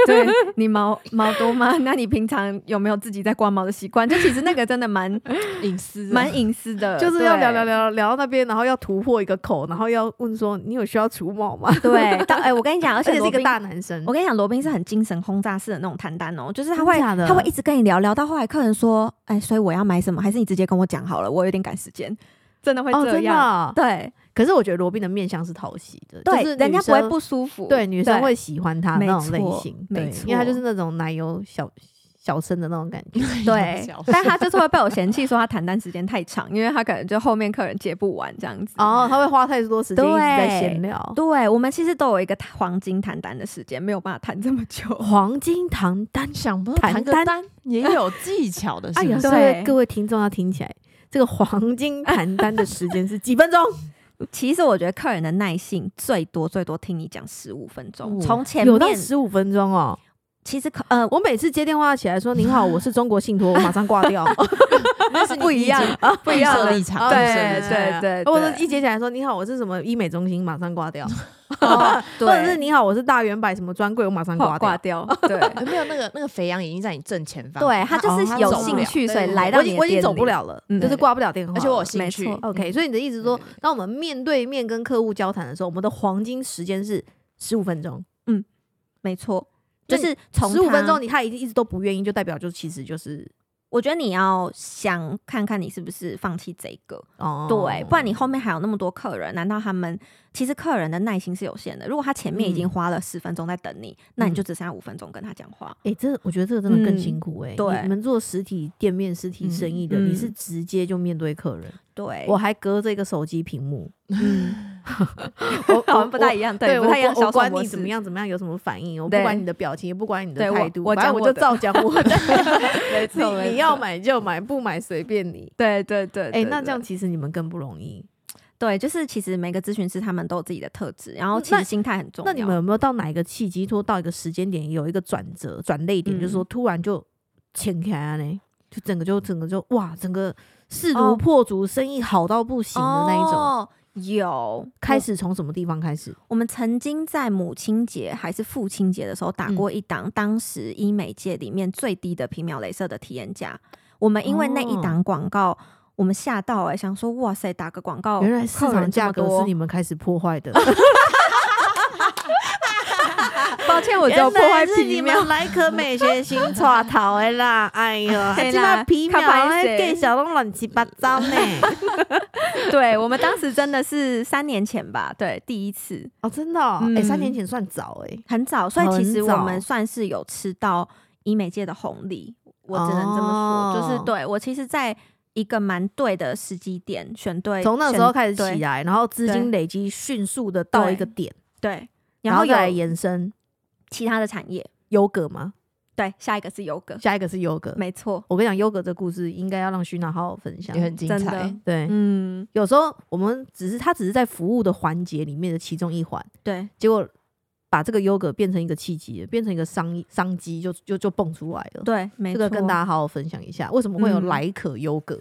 [SPEAKER 3] 对你毛毛多吗？那你平常有没有自己在刮毛的习惯？就其实那个真 的蛮
[SPEAKER 2] 隐私
[SPEAKER 3] 蛮隐私的，
[SPEAKER 1] 就是要聊
[SPEAKER 3] 对
[SPEAKER 1] 聊聊聊到那边，然后要突破一个口，然后要问说你有需要除毛吗？
[SPEAKER 3] 对， 但哎、我跟你讲，而
[SPEAKER 1] 而且
[SPEAKER 3] 且
[SPEAKER 1] 是
[SPEAKER 3] 罗
[SPEAKER 1] 一个
[SPEAKER 3] 宾，
[SPEAKER 1] 大男生
[SPEAKER 3] 我，跟你讲，罗宾是很精神轰炸式的那种谈单哦，就是他
[SPEAKER 1] 真
[SPEAKER 3] 会
[SPEAKER 1] 假的
[SPEAKER 3] 他会一直跟你聊，聊到后来客人说，哎、所以我要买什么，还是你直接跟我讲好了，我有点赶时间，真的会
[SPEAKER 1] 哦，真
[SPEAKER 3] 这
[SPEAKER 1] 的
[SPEAKER 3] 样，
[SPEAKER 1] 啊、
[SPEAKER 3] 对
[SPEAKER 1] 可是我觉得罗宾的面相是讨喜的，
[SPEAKER 3] 对、
[SPEAKER 1] 就是女
[SPEAKER 3] 人家不会
[SPEAKER 1] 生
[SPEAKER 3] 不舒服，
[SPEAKER 1] 对女生会喜欢他那种类
[SPEAKER 3] 没错
[SPEAKER 1] 型，
[SPEAKER 3] 没
[SPEAKER 1] 对，因为他
[SPEAKER 3] 错
[SPEAKER 1] 就是那种奶油小小生的那种感 觉。
[SPEAKER 3] 对
[SPEAKER 2] 小，
[SPEAKER 3] 但他就是会被我嫌弃说他谈单时间太长，因为他可能就后面客人接不完这样子。
[SPEAKER 1] 哦，他会花太多时间一直在闲
[SPEAKER 3] 对
[SPEAKER 1] 聊。
[SPEAKER 3] 对，我们其实都有一个黄金谈单的时间，没有办法谈这么久。
[SPEAKER 1] 黄金唐丹，
[SPEAKER 2] 想不到
[SPEAKER 1] 谈
[SPEAKER 2] 谈个
[SPEAKER 1] 单
[SPEAKER 2] 单也有技巧的，
[SPEAKER 1] 哎
[SPEAKER 2] 是
[SPEAKER 1] 呀
[SPEAKER 2] 不是？
[SPEAKER 3] 对
[SPEAKER 1] 所以各位听众要听起来，这个黄金谈单的时间是几分钟？
[SPEAKER 3] 其实我觉得客人的耐性最多最多听你讲十五分钟，
[SPEAKER 2] 哦
[SPEAKER 3] 从 前
[SPEAKER 1] 有到
[SPEAKER 3] 面
[SPEAKER 1] 十五分钟哦。
[SPEAKER 3] 其实可呃
[SPEAKER 1] 我每次接电话起来说：“您好，我是中国信托。”我马上挂 掉，
[SPEAKER 2] 但是你
[SPEAKER 3] 不一样
[SPEAKER 2] 理解，
[SPEAKER 1] 啊
[SPEAKER 3] 不一样
[SPEAKER 2] 预设
[SPEAKER 3] 的
[SPEAKER 2] 立场，
[SPEAKER 3] 对
[SPEAKER 2] 预设立
[SPEAKER 3] 对
[SPEAKER 2] 场
[SPEAKER 3] 对对
[SPEAKER 1] 我者一接起来说：“你好，我是什么医美中心。”马上挂 掉，
[SPEAKER 3] 哦
[SPEAKER 1] 或者是
[SPEAKER 3] 对
[SPEAKER 1] “你好，我是大圆百什么专柜”，我马上哦挂
[SPEAKER 3] 挂
[SPEAKER 1] 掉。
[SPEAKER 3] 掉， 对
[SPEAKER 2] 呃没有那个那个肥羊已经在你正前方，
[SPEAKER 3] 对，他就
[SPEAKER 1] 哦
[SPEAKER 3] 是
[SPEAKER 1] 他
[SPEAKER 3] 有
[SPEAKER 1] 走不
[SPEAKER 3] 兴
[SPEAKER 1] 了
[SPEAKER 3] 趣，
[SPEAKER 2] 对
[SPEAKER 3] 所以
[SPEAKER 2] 对对
[SPEAKER 3] 来到
[SPEAKER 1] 我已
[SPEAKER 3] 你
[SPEAKER 1] 经
[SPEAKER 3] 的
[SPEAKER 1] 我已经
[SPEAKER 3] 店
[SPEAKER 1] 走
[SPEAKER 3] 里
[SPEAKER 1] 不了了，
[SPEAKER 3] 嗯
[SPEAKER 1] 就是挂不了电话了。
[SPEAKER 2] 而且我有兴
[SPEAKER 3] 没
[SPEAKER 2] 趣
[SPEAKER 3] 错，
[SPEAKER 1] OK，所以你的意思是说，当我们面对面跟客户交谈的时候，我们的黄金时间是十五分钟，
[SPEAKER 3] 没错，
[SPEAKER 1] 那
[SPEAKER 3] 就
[SPEAKER 1] 你
[SPEAKER 3] 是从
[SPEAKER 1] 十五分
[SPEAKER 3] 他
[SPEAKER 1] 钟，你他一定一直都不愿意，就代表就其实就是
[SPEAKER 3] 我觉得你要想看看你是不是放弃这个，
[SPEAKER 1] 哦，
[SPEAKER 3] 对，不然你后面还有那么多客人，难道他们其实客人的耐心是有限的？如果他前面已经
[SPEAKER 1] 嗯
[SPEAKER 3] 花了十分钟在等你，那你就
[SPEAKER 1] 嗯
[SPEAKER 3] 只剩下五分钟跟他讲话。
[SPEAKER 1] 哎、这我觉得这个真的更
[SPEAKER 3] 嗯
[SPEAKER 1] 辛苦哎、
[SPEAKER 3] 对
[SPEAKER 1] 你你们做实体店面、实体生意的，
[SPEAKER 3] 嗯嗯
[SPEAKER 1] 你是直接就面对客人，
[SPEAKER 3] 对，
[SPEAKER 1] 我还隔着一个手机屏 幕，
[SPEAKER 3] 嗯，
[SPEAKER 1] 我
[SPEAKER 3] 好像不太
[SPEAKER 1] 样。
[SPEAKER 3] 一样，
[SPEAKER 1] 对，
[SPEAKER 3] 对，不
[SPEAKER 1] 我
[SPEAKER 3] 太一样。
[SPEAKER 1] 我
[SPEAKER 3] 销售
[SPEAKER 1] 管
[SPEAKER 3] 模
[SPEAKER 1] 你
[SPEAKER 3] 式
[SPEAKER 1] 怎么，样怎么样，有什么反应，我不
[SPEAKER 3] 对
[SPEAKER 1] 管你的表情，也不管你的
[SPEAKER 3] 对我
[SPEAKER 1] 态度，
[SPEAKER 3] 我
[SPEAKER 1] 反正
[SPEAKER 3] 讲
[SPEAKER 1] 我
[SPEAKER 3] 我
[SPEAKER 1] 就
[SPEAKER 3] 的
[SPEAKER 1] 照讲我的。
[SPEAKER 3] 没错，
[SPEAKER 1] 你
[SPEAKER 3] 没
[SPEAKER 1] 你要
[SPEAKER 3] 错，
[SPEAKER 1] 买就买，不买随便你。
[SPEAKER 3] 对对对。
[SPEAKER 1] 哎、
[SPEAKER 3] 对
[SPEAKER 1] 那这
[SPEAKER 3] 对
[SPEAKER 1] 样其实你们更不容易。
[SPEAKER 3] 对，就是其实每个咨询师他们都有自己的特质，然后
[SPEAKER 1] 嗯
[SPEAKER 3] 其
[SPEAKER 1] 那
[SPEAKER 3] 实心态很重要。
[SPEAKER 1] 那你们有没有到哪一个契机，或到一个时间点有一个转折、转泪点，
[SPEAKER 3] 嗯
[SPEAKER 1] 就是说突然就请起来呢，就整个就整个就哇，整个势如
[SPEAKER 3] 哦
[SPEAKER 1] 破竹，生意好到不行的那一种。
[SPEAKER 3] 哦有
[SPEAKER 1] 开
[SPEAKER 3] 我
[SPEAKER 1] 始从什么地方开始？
[SPEAKER 3] 我们曾经在母亲节还是父亲节的时候打
[SPEAKER 1] 嗯
[SPEAKER 3] 过一档，当时医美界里面最低的皮秒镭射的体验价。我们因为那
[SPEAKER 1] 哦
[SPEAKER 3] 一档广告，我们吓到哎、想说哇塞，打个广告，
[SPEAKER 1] 原来市
[SPEAKER 3] 客
[SPEAKER 1] 场
[SPEAKER 3] 人这么
[SPEAKER 1] 价格
[SPEAKER 3] 多
[SPEAKER 1] 是你们开始破坏 的，
[SPEAKER 3] 抱歉，我只有破坏皮秒。
[SPEAKER 1] 莱可美学新创头的 啦！哎呦，
[SPEAKER 3] 嘿
[SPEAKER 1] 这
[SPEAKER 3] 啦
[SPEAKER 1] 把皮秒
[SPEAKER 3] 较歹势
[SPEAKER 1] 那给小拢乱七八糟呢！
[SPEAKER 3] 对我们当时真的是三年前吧，对，第一次
[SPEAKER 1] 哦，真的哦，哎，
[SPEAKER 3] 嗯
[SPEAKER 1] 三年前算早哎，
[SPEAKER 3] 很早，所以其实
[SPEAKER 1] 很早
[SPEAKER 3] 我们算是有吃到医美界的红利，我只能这么说，
[SPEAKER 1] 哦
[SPEAKER 3] 就是对我其实在一个蛮对的时机点选对，
[SPEAKER 1] 从那时候
[SPEAKER 3] 选
[SPEAKER 1] 开始
[SPEAKER 3] 对
[SPEAKER 1] 起来，然后资金
[SPEAKER 3] 对
[SPEAKER 1] 累积迅速的到一个点，
[SPEAKER 3] 对，
[SPEAKER 1] 然
[SPEAKER 3] 然后
[SPEAKER 1] 后
[SPEAKER 3] 有
[SPEAKER 1] 再来延伸
[SPEAKER 3] 其他的产业。
[SPEAKER 1] 优格吗？
[SPEAKER 3] 对，下一个是优格，
[SPEAKER 1] 下一个是优格。
[SPEAKER 3] 没错，
[SPEAKER 1] 我跟你讲，优格这故事应该要让徐娜好好分享
[SPEAKER 2] 也。很精
[SPEAKER 3] 真
[SPEAKER 2] 彩
[SPEAKER 3] 的。，
[SPEAKER 1] 对，
[SPEAKER 3] 嗯，
[SPEAKER 1] 有时候我们只是他只是在服务的环节里面的其中一环。
[SPEAKER 3] 对，
[SPEAKER 1] 结果把这个优格变成一个契机了，变成一个商商机，就就就蹦出来了。
[SPEAKER 3] 对，没
[SPEAKER 1] 这个
[SPEAKER 3] 错。
[SPEAKER 1] 跟大家好好分享一下，为什么会有
[SPEAKER 3] 嗯
[SPEAKER 1] 莱可优格？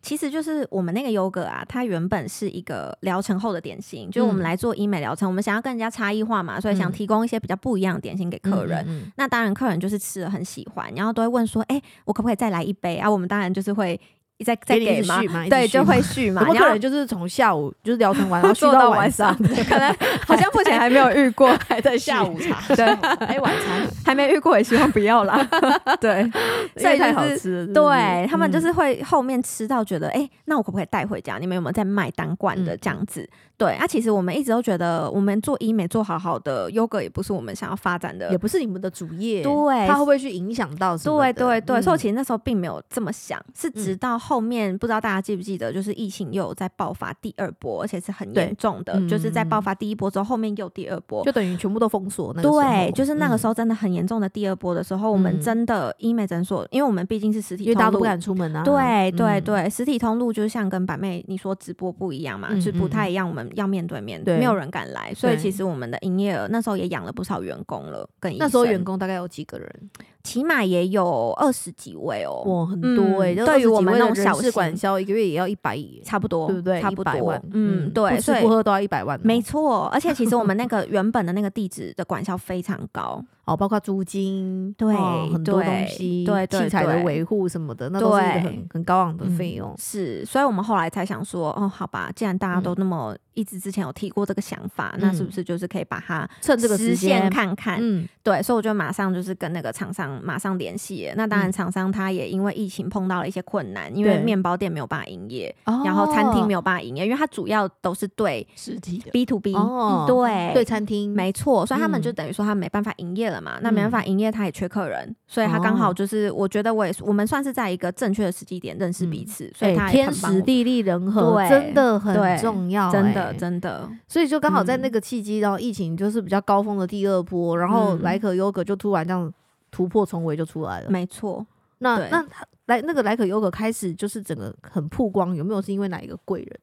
[SPEAKER 3] 其实就是我们那个优格啊，它原本是一个疗程后的点心，就是我们
[SPEAKER 1] 嗯
[SPEAKER 3] 来做医美疗程，我们想要跟人家差异化嘛，所以想
[SPEAKER 1] 嗯
[SPEAKER 3] 提供一些比较不一样的点心给客人。
[SPEAKER 1] 嗯，嗯
[SPEAKER 3] 那当然，客人就是吃了很喜欢，然后都会问说：“哎、我可不可以再来一杯啊？”我们当然就是会再
[SPEAKER 1] 给
[SPEAKER 3] 再
[SPEAKER 1] 你一
[SPEAKER 3] 给
[SPEAKER 1] 直
[SPEAKER 3] 嘛
[SPEAKER 1] 续嘛，一直
[SPEAKER 3] 对，
[SPEAKER 1] 续
[SPEAKER 3] 就
[SPEAKER 1] 嘛
[SPEAKER 3] 会 续嘛。
[SPEAKER 1] 很多
[SPEAKER 3] 然
[SPEAKER 1] 客
[SPEAKER 3] 后
[SPEAKER 1] 人就是从下午就是聊成 完，然后续
[SPEAKER 3] 做到
[SPEAKER 1] 晚
[SPEAKER 3] 晚
[SPEAKER 1] 上，
[SPEAKER 3] 可能好像目前还没有遇过， 还在
[SPEAKER 2] 下午茶，
[SPEAKER 3] 对，
[SPEAKER 2] 哎，晚餐，
[SPEAKER 3] 还没遇过，也希望不要啦。 对，
[SPEAKER 1] 因为
[SPEAKER 3] 所以就
[SPEAKER 1] 太好
[SPEAKER 3] 是
[SPEAKER 1] 吃了是不是。
[SPEAKER 3] 对他们就
[SPEAKER 1] 嗯
[SPEAKER 3] 是会后面吃到觉得，哎、那我可不可以带回家？你们有没有在卖单罐的
[SPEAKER 1] 嗯
[SPEAKER 3] 这样子？对，啊，其实我们一直都觉得，我们做医美做好好的，优格也不是我们想要发展的
[SPEAKER 1] 也。不是你们的主业，
[SPEAKER 3] 对
[SPEAKER 1] 他会不会去影响到什么
[SPEAKER 3] 对
[SPEAKER 1] 的？
[SPEAKER 3] 对对，所以我
[SPEAKER 1] 嗯
[SPEAKER 3] 其实那时候并没有这么想，是直到后面不知道大家记不记得，就是疫情又有在爆发第二波，而且是很
[SPEAKER 1] 对
[SPEAKER 3] 严重的，就是在
[SPEAKER 1] 嗯
[SPEAKER 3] 爆发第一波之后，后面又第二波，
[SPEAKER 1] 就等于全部都封锁那个时候。嗯
[SPEAKER 3] 对，就是那个时
[SPEAKER 1] 候，
[SPEAKER 3] 候真的很严重的第二波的时候，我们
[SPEAKER 1] 嗯
[SPEAKER 3] 真的医美诊所，因为我们毕竟是实体
[SPEAKER 1] 因为大家都
[SPEAKER 3] 通
[SPEAKER 1] 不
[SPEAKER 3] 路
[SPEAKER 1] 敢出门啊。
[SPEAKER 3] 对对
[SPEAKER 1] 嗯，
[SPEAKER 3] 对，实体通路就是像跟板妹你说直播不一样嘛，
[SPEAKER 1] 嗯
[SPEAKER 3] 是
[SPEAKER 1] 嗯
[SPEAKER 3] 不
[SPEAKER 1] 嗯
[SPEAKER 3] 太一样。我们要面对面，
[SPEAKER 1] 对
[SPEAKER 3] 没有人敢来，所以
[SPEAKER 1] 对
[SPEAKER 3] 其实我们的营业额那时候也养了不少员工了，跟医
[SPEAKER 1] 那时候
[SPEAKER 3] 生
[SPEAKER 1] 员工大概有几个人？
[SPEAKER 3] 起码也有二十几位哦，
[SPEAKER 1] 哇，很多哎、
[SPEAKER 3] 嗯
[SPEAKER 1] 就
[SPEAKER 3] 对于
[SPEAKER 1] 20
[SPEAKER 3] 我
[SPEAKER 1] 几
[SPEAKER 3] 们
[SPEAKER 1] 位
[SPEAKER 3] 那
[SPEAKER 1] 的人
[SPEAKER 3] 种小
[SPEAKER 1] 事管
[SPEAKER 3] 型
[SPEAKER 1] 销，一个月也要一百耶，
[SPEAKER 3] 差不多，
[SPEAKER 1] 对不对？
[SPEAKER 3] 差不
[SPEAKER 1] 100
[SPEAKER 3] 多
[SPEAKER 1] 万，，
[SPEAKER 3] 嗯，对，
[SPEAKER 1] 不
[SPEAKER 3] 所
[SPEAKER 1] 吃
[SPEAKER 3] 以
[SPEAKER 1] 不喝都要一百万哦，
[SPEAKER 3] 没错，而且其实 我们那个原本的那个地址的管销非常高，
[SPEAKER 1] 哦，包括租金，
[SPEAKER 3] 对
[SPEAKER 1] 哦很多东
[SPEAKER 3] 对
[SPEAKER 1] 西，
[SPEAKER 3] 对对
[SPEAKER 1] 器材的
[SPEAKER 3] 对
[SPEAKER 1] 维护什么的，那都是一个
[SPEAKER 3] 对
[SPEAKER 1] 很很高昂的
[SPEAKER 2] 嗯
[SPEAKER 1] 费用。
[SPEAKER 3] 是，所以我们后来才想说，哦，好吧，既然大家都那么一直之前有提过这个想法，那是不
[SPEAKER 1] 嗯
[SPEAKER 3] 是就是可以把它
[SPEAKER 1] 趁这个时
[SPEAKER 3] 实现
[SPEAKER 1] 间，
[SPEAKER 3] 看看？
[SPEAKER 1] 嗯，
[SPEAKER 3] 对，所以我就马上就是跟那个厂商马上联系了。那当然，厂商他也因为疫情碰到了一些困难，因为
[SPEAKER 1] 嗯对
[SPEAKER 3] 面包店没有办法营业，
[SPEAKER 1] 哦
[SPEAKER 3] 嗯然后餐厅没有办法营业，因为它主要都是对
[SPEAKER 2] 实体的
[SPEAKER 3] B to B，
[SPEAKER 1] 哦
[SPEAKER 3] 对
[SPEAKER 1] 对餐厅
[SPEAKER 3] 没错，所以他们
[SPEAKER 1] 嗯
[SPEAKER 3] 就等于说他没办法营业了嘛，那没办法营业，他也缺客人，所以他刚好
[SPEAKER 1] 哦
[SPEAKER 3] 就是，我觉得我也是，我们算是在一个正确的时机点认识彼此，所以
[SPEAKER 1] 哎
[SPEAKER 3] 他也
[SPEAKER 1] 天
[SPEAKER 3] 很帮
[SPEAKER 1] 时
[SPEAKER 3] 我
[SPEAKER 1] 地利人和
[SPEAKER 3] 对
[SPEAKER 1] 真的很
[SPEAKER 3] 对
[SPEAKER 1] 重要、
[SPEAKER 3] 真的
[SPEAKER 1] 哎
[SPEAKER 3] 真的，
[SPEAKER 1] 所以就刚好在
[SPEAKER 3] 嗯
[SPEAKER 1] 那个契机，然后疫情就是比较高峰的第二波，然后
[SPEAKER 3] 嗯
[SPEAKER 1] 莱可优格就突然这样突破重围就出来了。
[SPEAKER 3] 没错，
[SPEAKER 1] 那
[SPEAKER 3] 对
[SPEAKER 1] 那他莱那个莱可优格开始就是整个很曝光，有没有是因为哪一个贵人？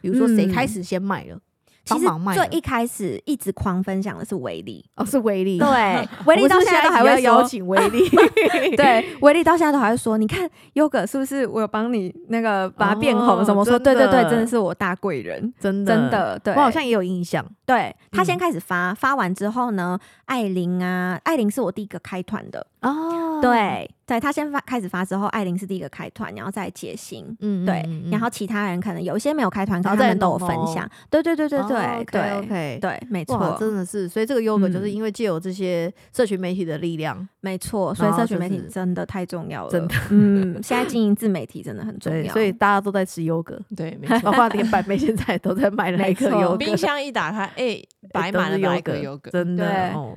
[SPEAKER 1] 比如说谁
[SPEAKER 3] 嗯
[SPEAKER 1] 开始先卖了？
[SPEAKER 3] 其
[SPEAKER 1] 帮
[SPEAKER 3] 实
[SPEAKER 1] 忙卖
[SPEAKER 3] 最
[SPEAKER 1] 了
[SPEAKER 3] 一开始一直狂分享的是维力，
[SPEAKER 1] 哦，是威 力。
[SPEAKER 3] 对，维力
[SPEAKER 1] 我是
[SPEAKER 3] 到
[SPEAKER 1] 不是
[SPEAKER 3] 现在
[SPEAKER 1] 下
[SPEAKER 3] 都
[SPEAKER 1] 一
[SPEAKER 3] 还
[SPEAKER 1] 集要
[SPEAKER 3] 会
[SPEAKER 1] 邀
[SPEAKER 3] 邀请。
[SPEAKER 1] 请威 力，
[SPEAKER 3] 对，维力到现在都还会说，你看优格是不是我有帮你那个把它变红
[SPEAKER 1] 哦
[SPEAKER 3] 什么？我说
[SPEAKER 1] 真
[SPEAKER 3] 对对对，
[SPEAKER 1] 的
[SPEAKER 3] 真的是我大贵人，
[SPEAKER 1] 真的
[SPEAKER 3] 真，的对。
[SPEAKER 1] 我好像也有印象。
[SPEAKER 3] 对他先
[SPEAKER 1] 嗯
[SPEAKER 3] 开始发，发完之后呢，艾琳啊，艾琳是我第一个开团的，
[SPEAKER 1] 哦，
[SPEAKER 3] 对对，他先发开始发之后，艾琳是第一个开团，然后再解心。
[SPEAKER 1] 嗯，嗯
[SPEAKER 3] 对
[SPEAKER 1] 嗯，嗯
[SPEAKER 3] 然后其他人可能有一些没有开团，可
[SPEAKER 1] 然后
[SPEAKER 3] 能他
[SPEAKER 1] 再
[SPEAKER 3] 们都有
[SPEAKER 1] 弄
[SPEAKER 3] 分
[SPEAKER 1] 哦
[SPEAKER 3] 享。对对对对对
[SPEAKER 1] 对
[SPEAKER 3] 对
[SPEAKER 1] ，OK，
[SPEAKER 3] 对，没
[SPEAKER 1] 哇，
[SPEAKER 3] 错，
[SPEAKER 1] 真的是，所以这个 yoga 就是
[SPEAKER 3] 嗯
[SPEAKER 1] 因为借由这些社群媒体的力量，
[SPEAKER 3] 没错。所以
[SPEAKER 1] 然后
[SPEAKER 3] 社群
[SPEAKER 1] 就
[SPEAKER 3] 媒体
[SPEAKER 1] 是
[SPEAKER 3] 哦真的太重要了，
[SPEAKER 1] 真的。
[SPEAKER 3] 嗯，现在经营自媒体真的很重
[SPEAKER 1] 对，
[SPEAKER 3] 要。
[SPEAKER 1] 所以大家都在吃 yoga，
[SPEAKER 2] 对， 没
[SPEAKER 1] 包
[SPEAKER 2] 错。
[SPEAKER 1] 括连板妹现在都在卖莱克
[SPEAKER 3] 没错
[SPEAKER 1] yoga，
[SPEAKER 2] 冰箱一打开，哎，摆
[SPEAKER 1] 都
[SPEAKER 2] 满了
[SPEAKER 1] 是
[SPEAKER 2] 哪个有
[SPEAKER 1] yoga，
[SPEAKER 2] 个？
[SPEAKER 1] 真的
[SPEAKER 3] 对
[SPEAKER 1] 哦。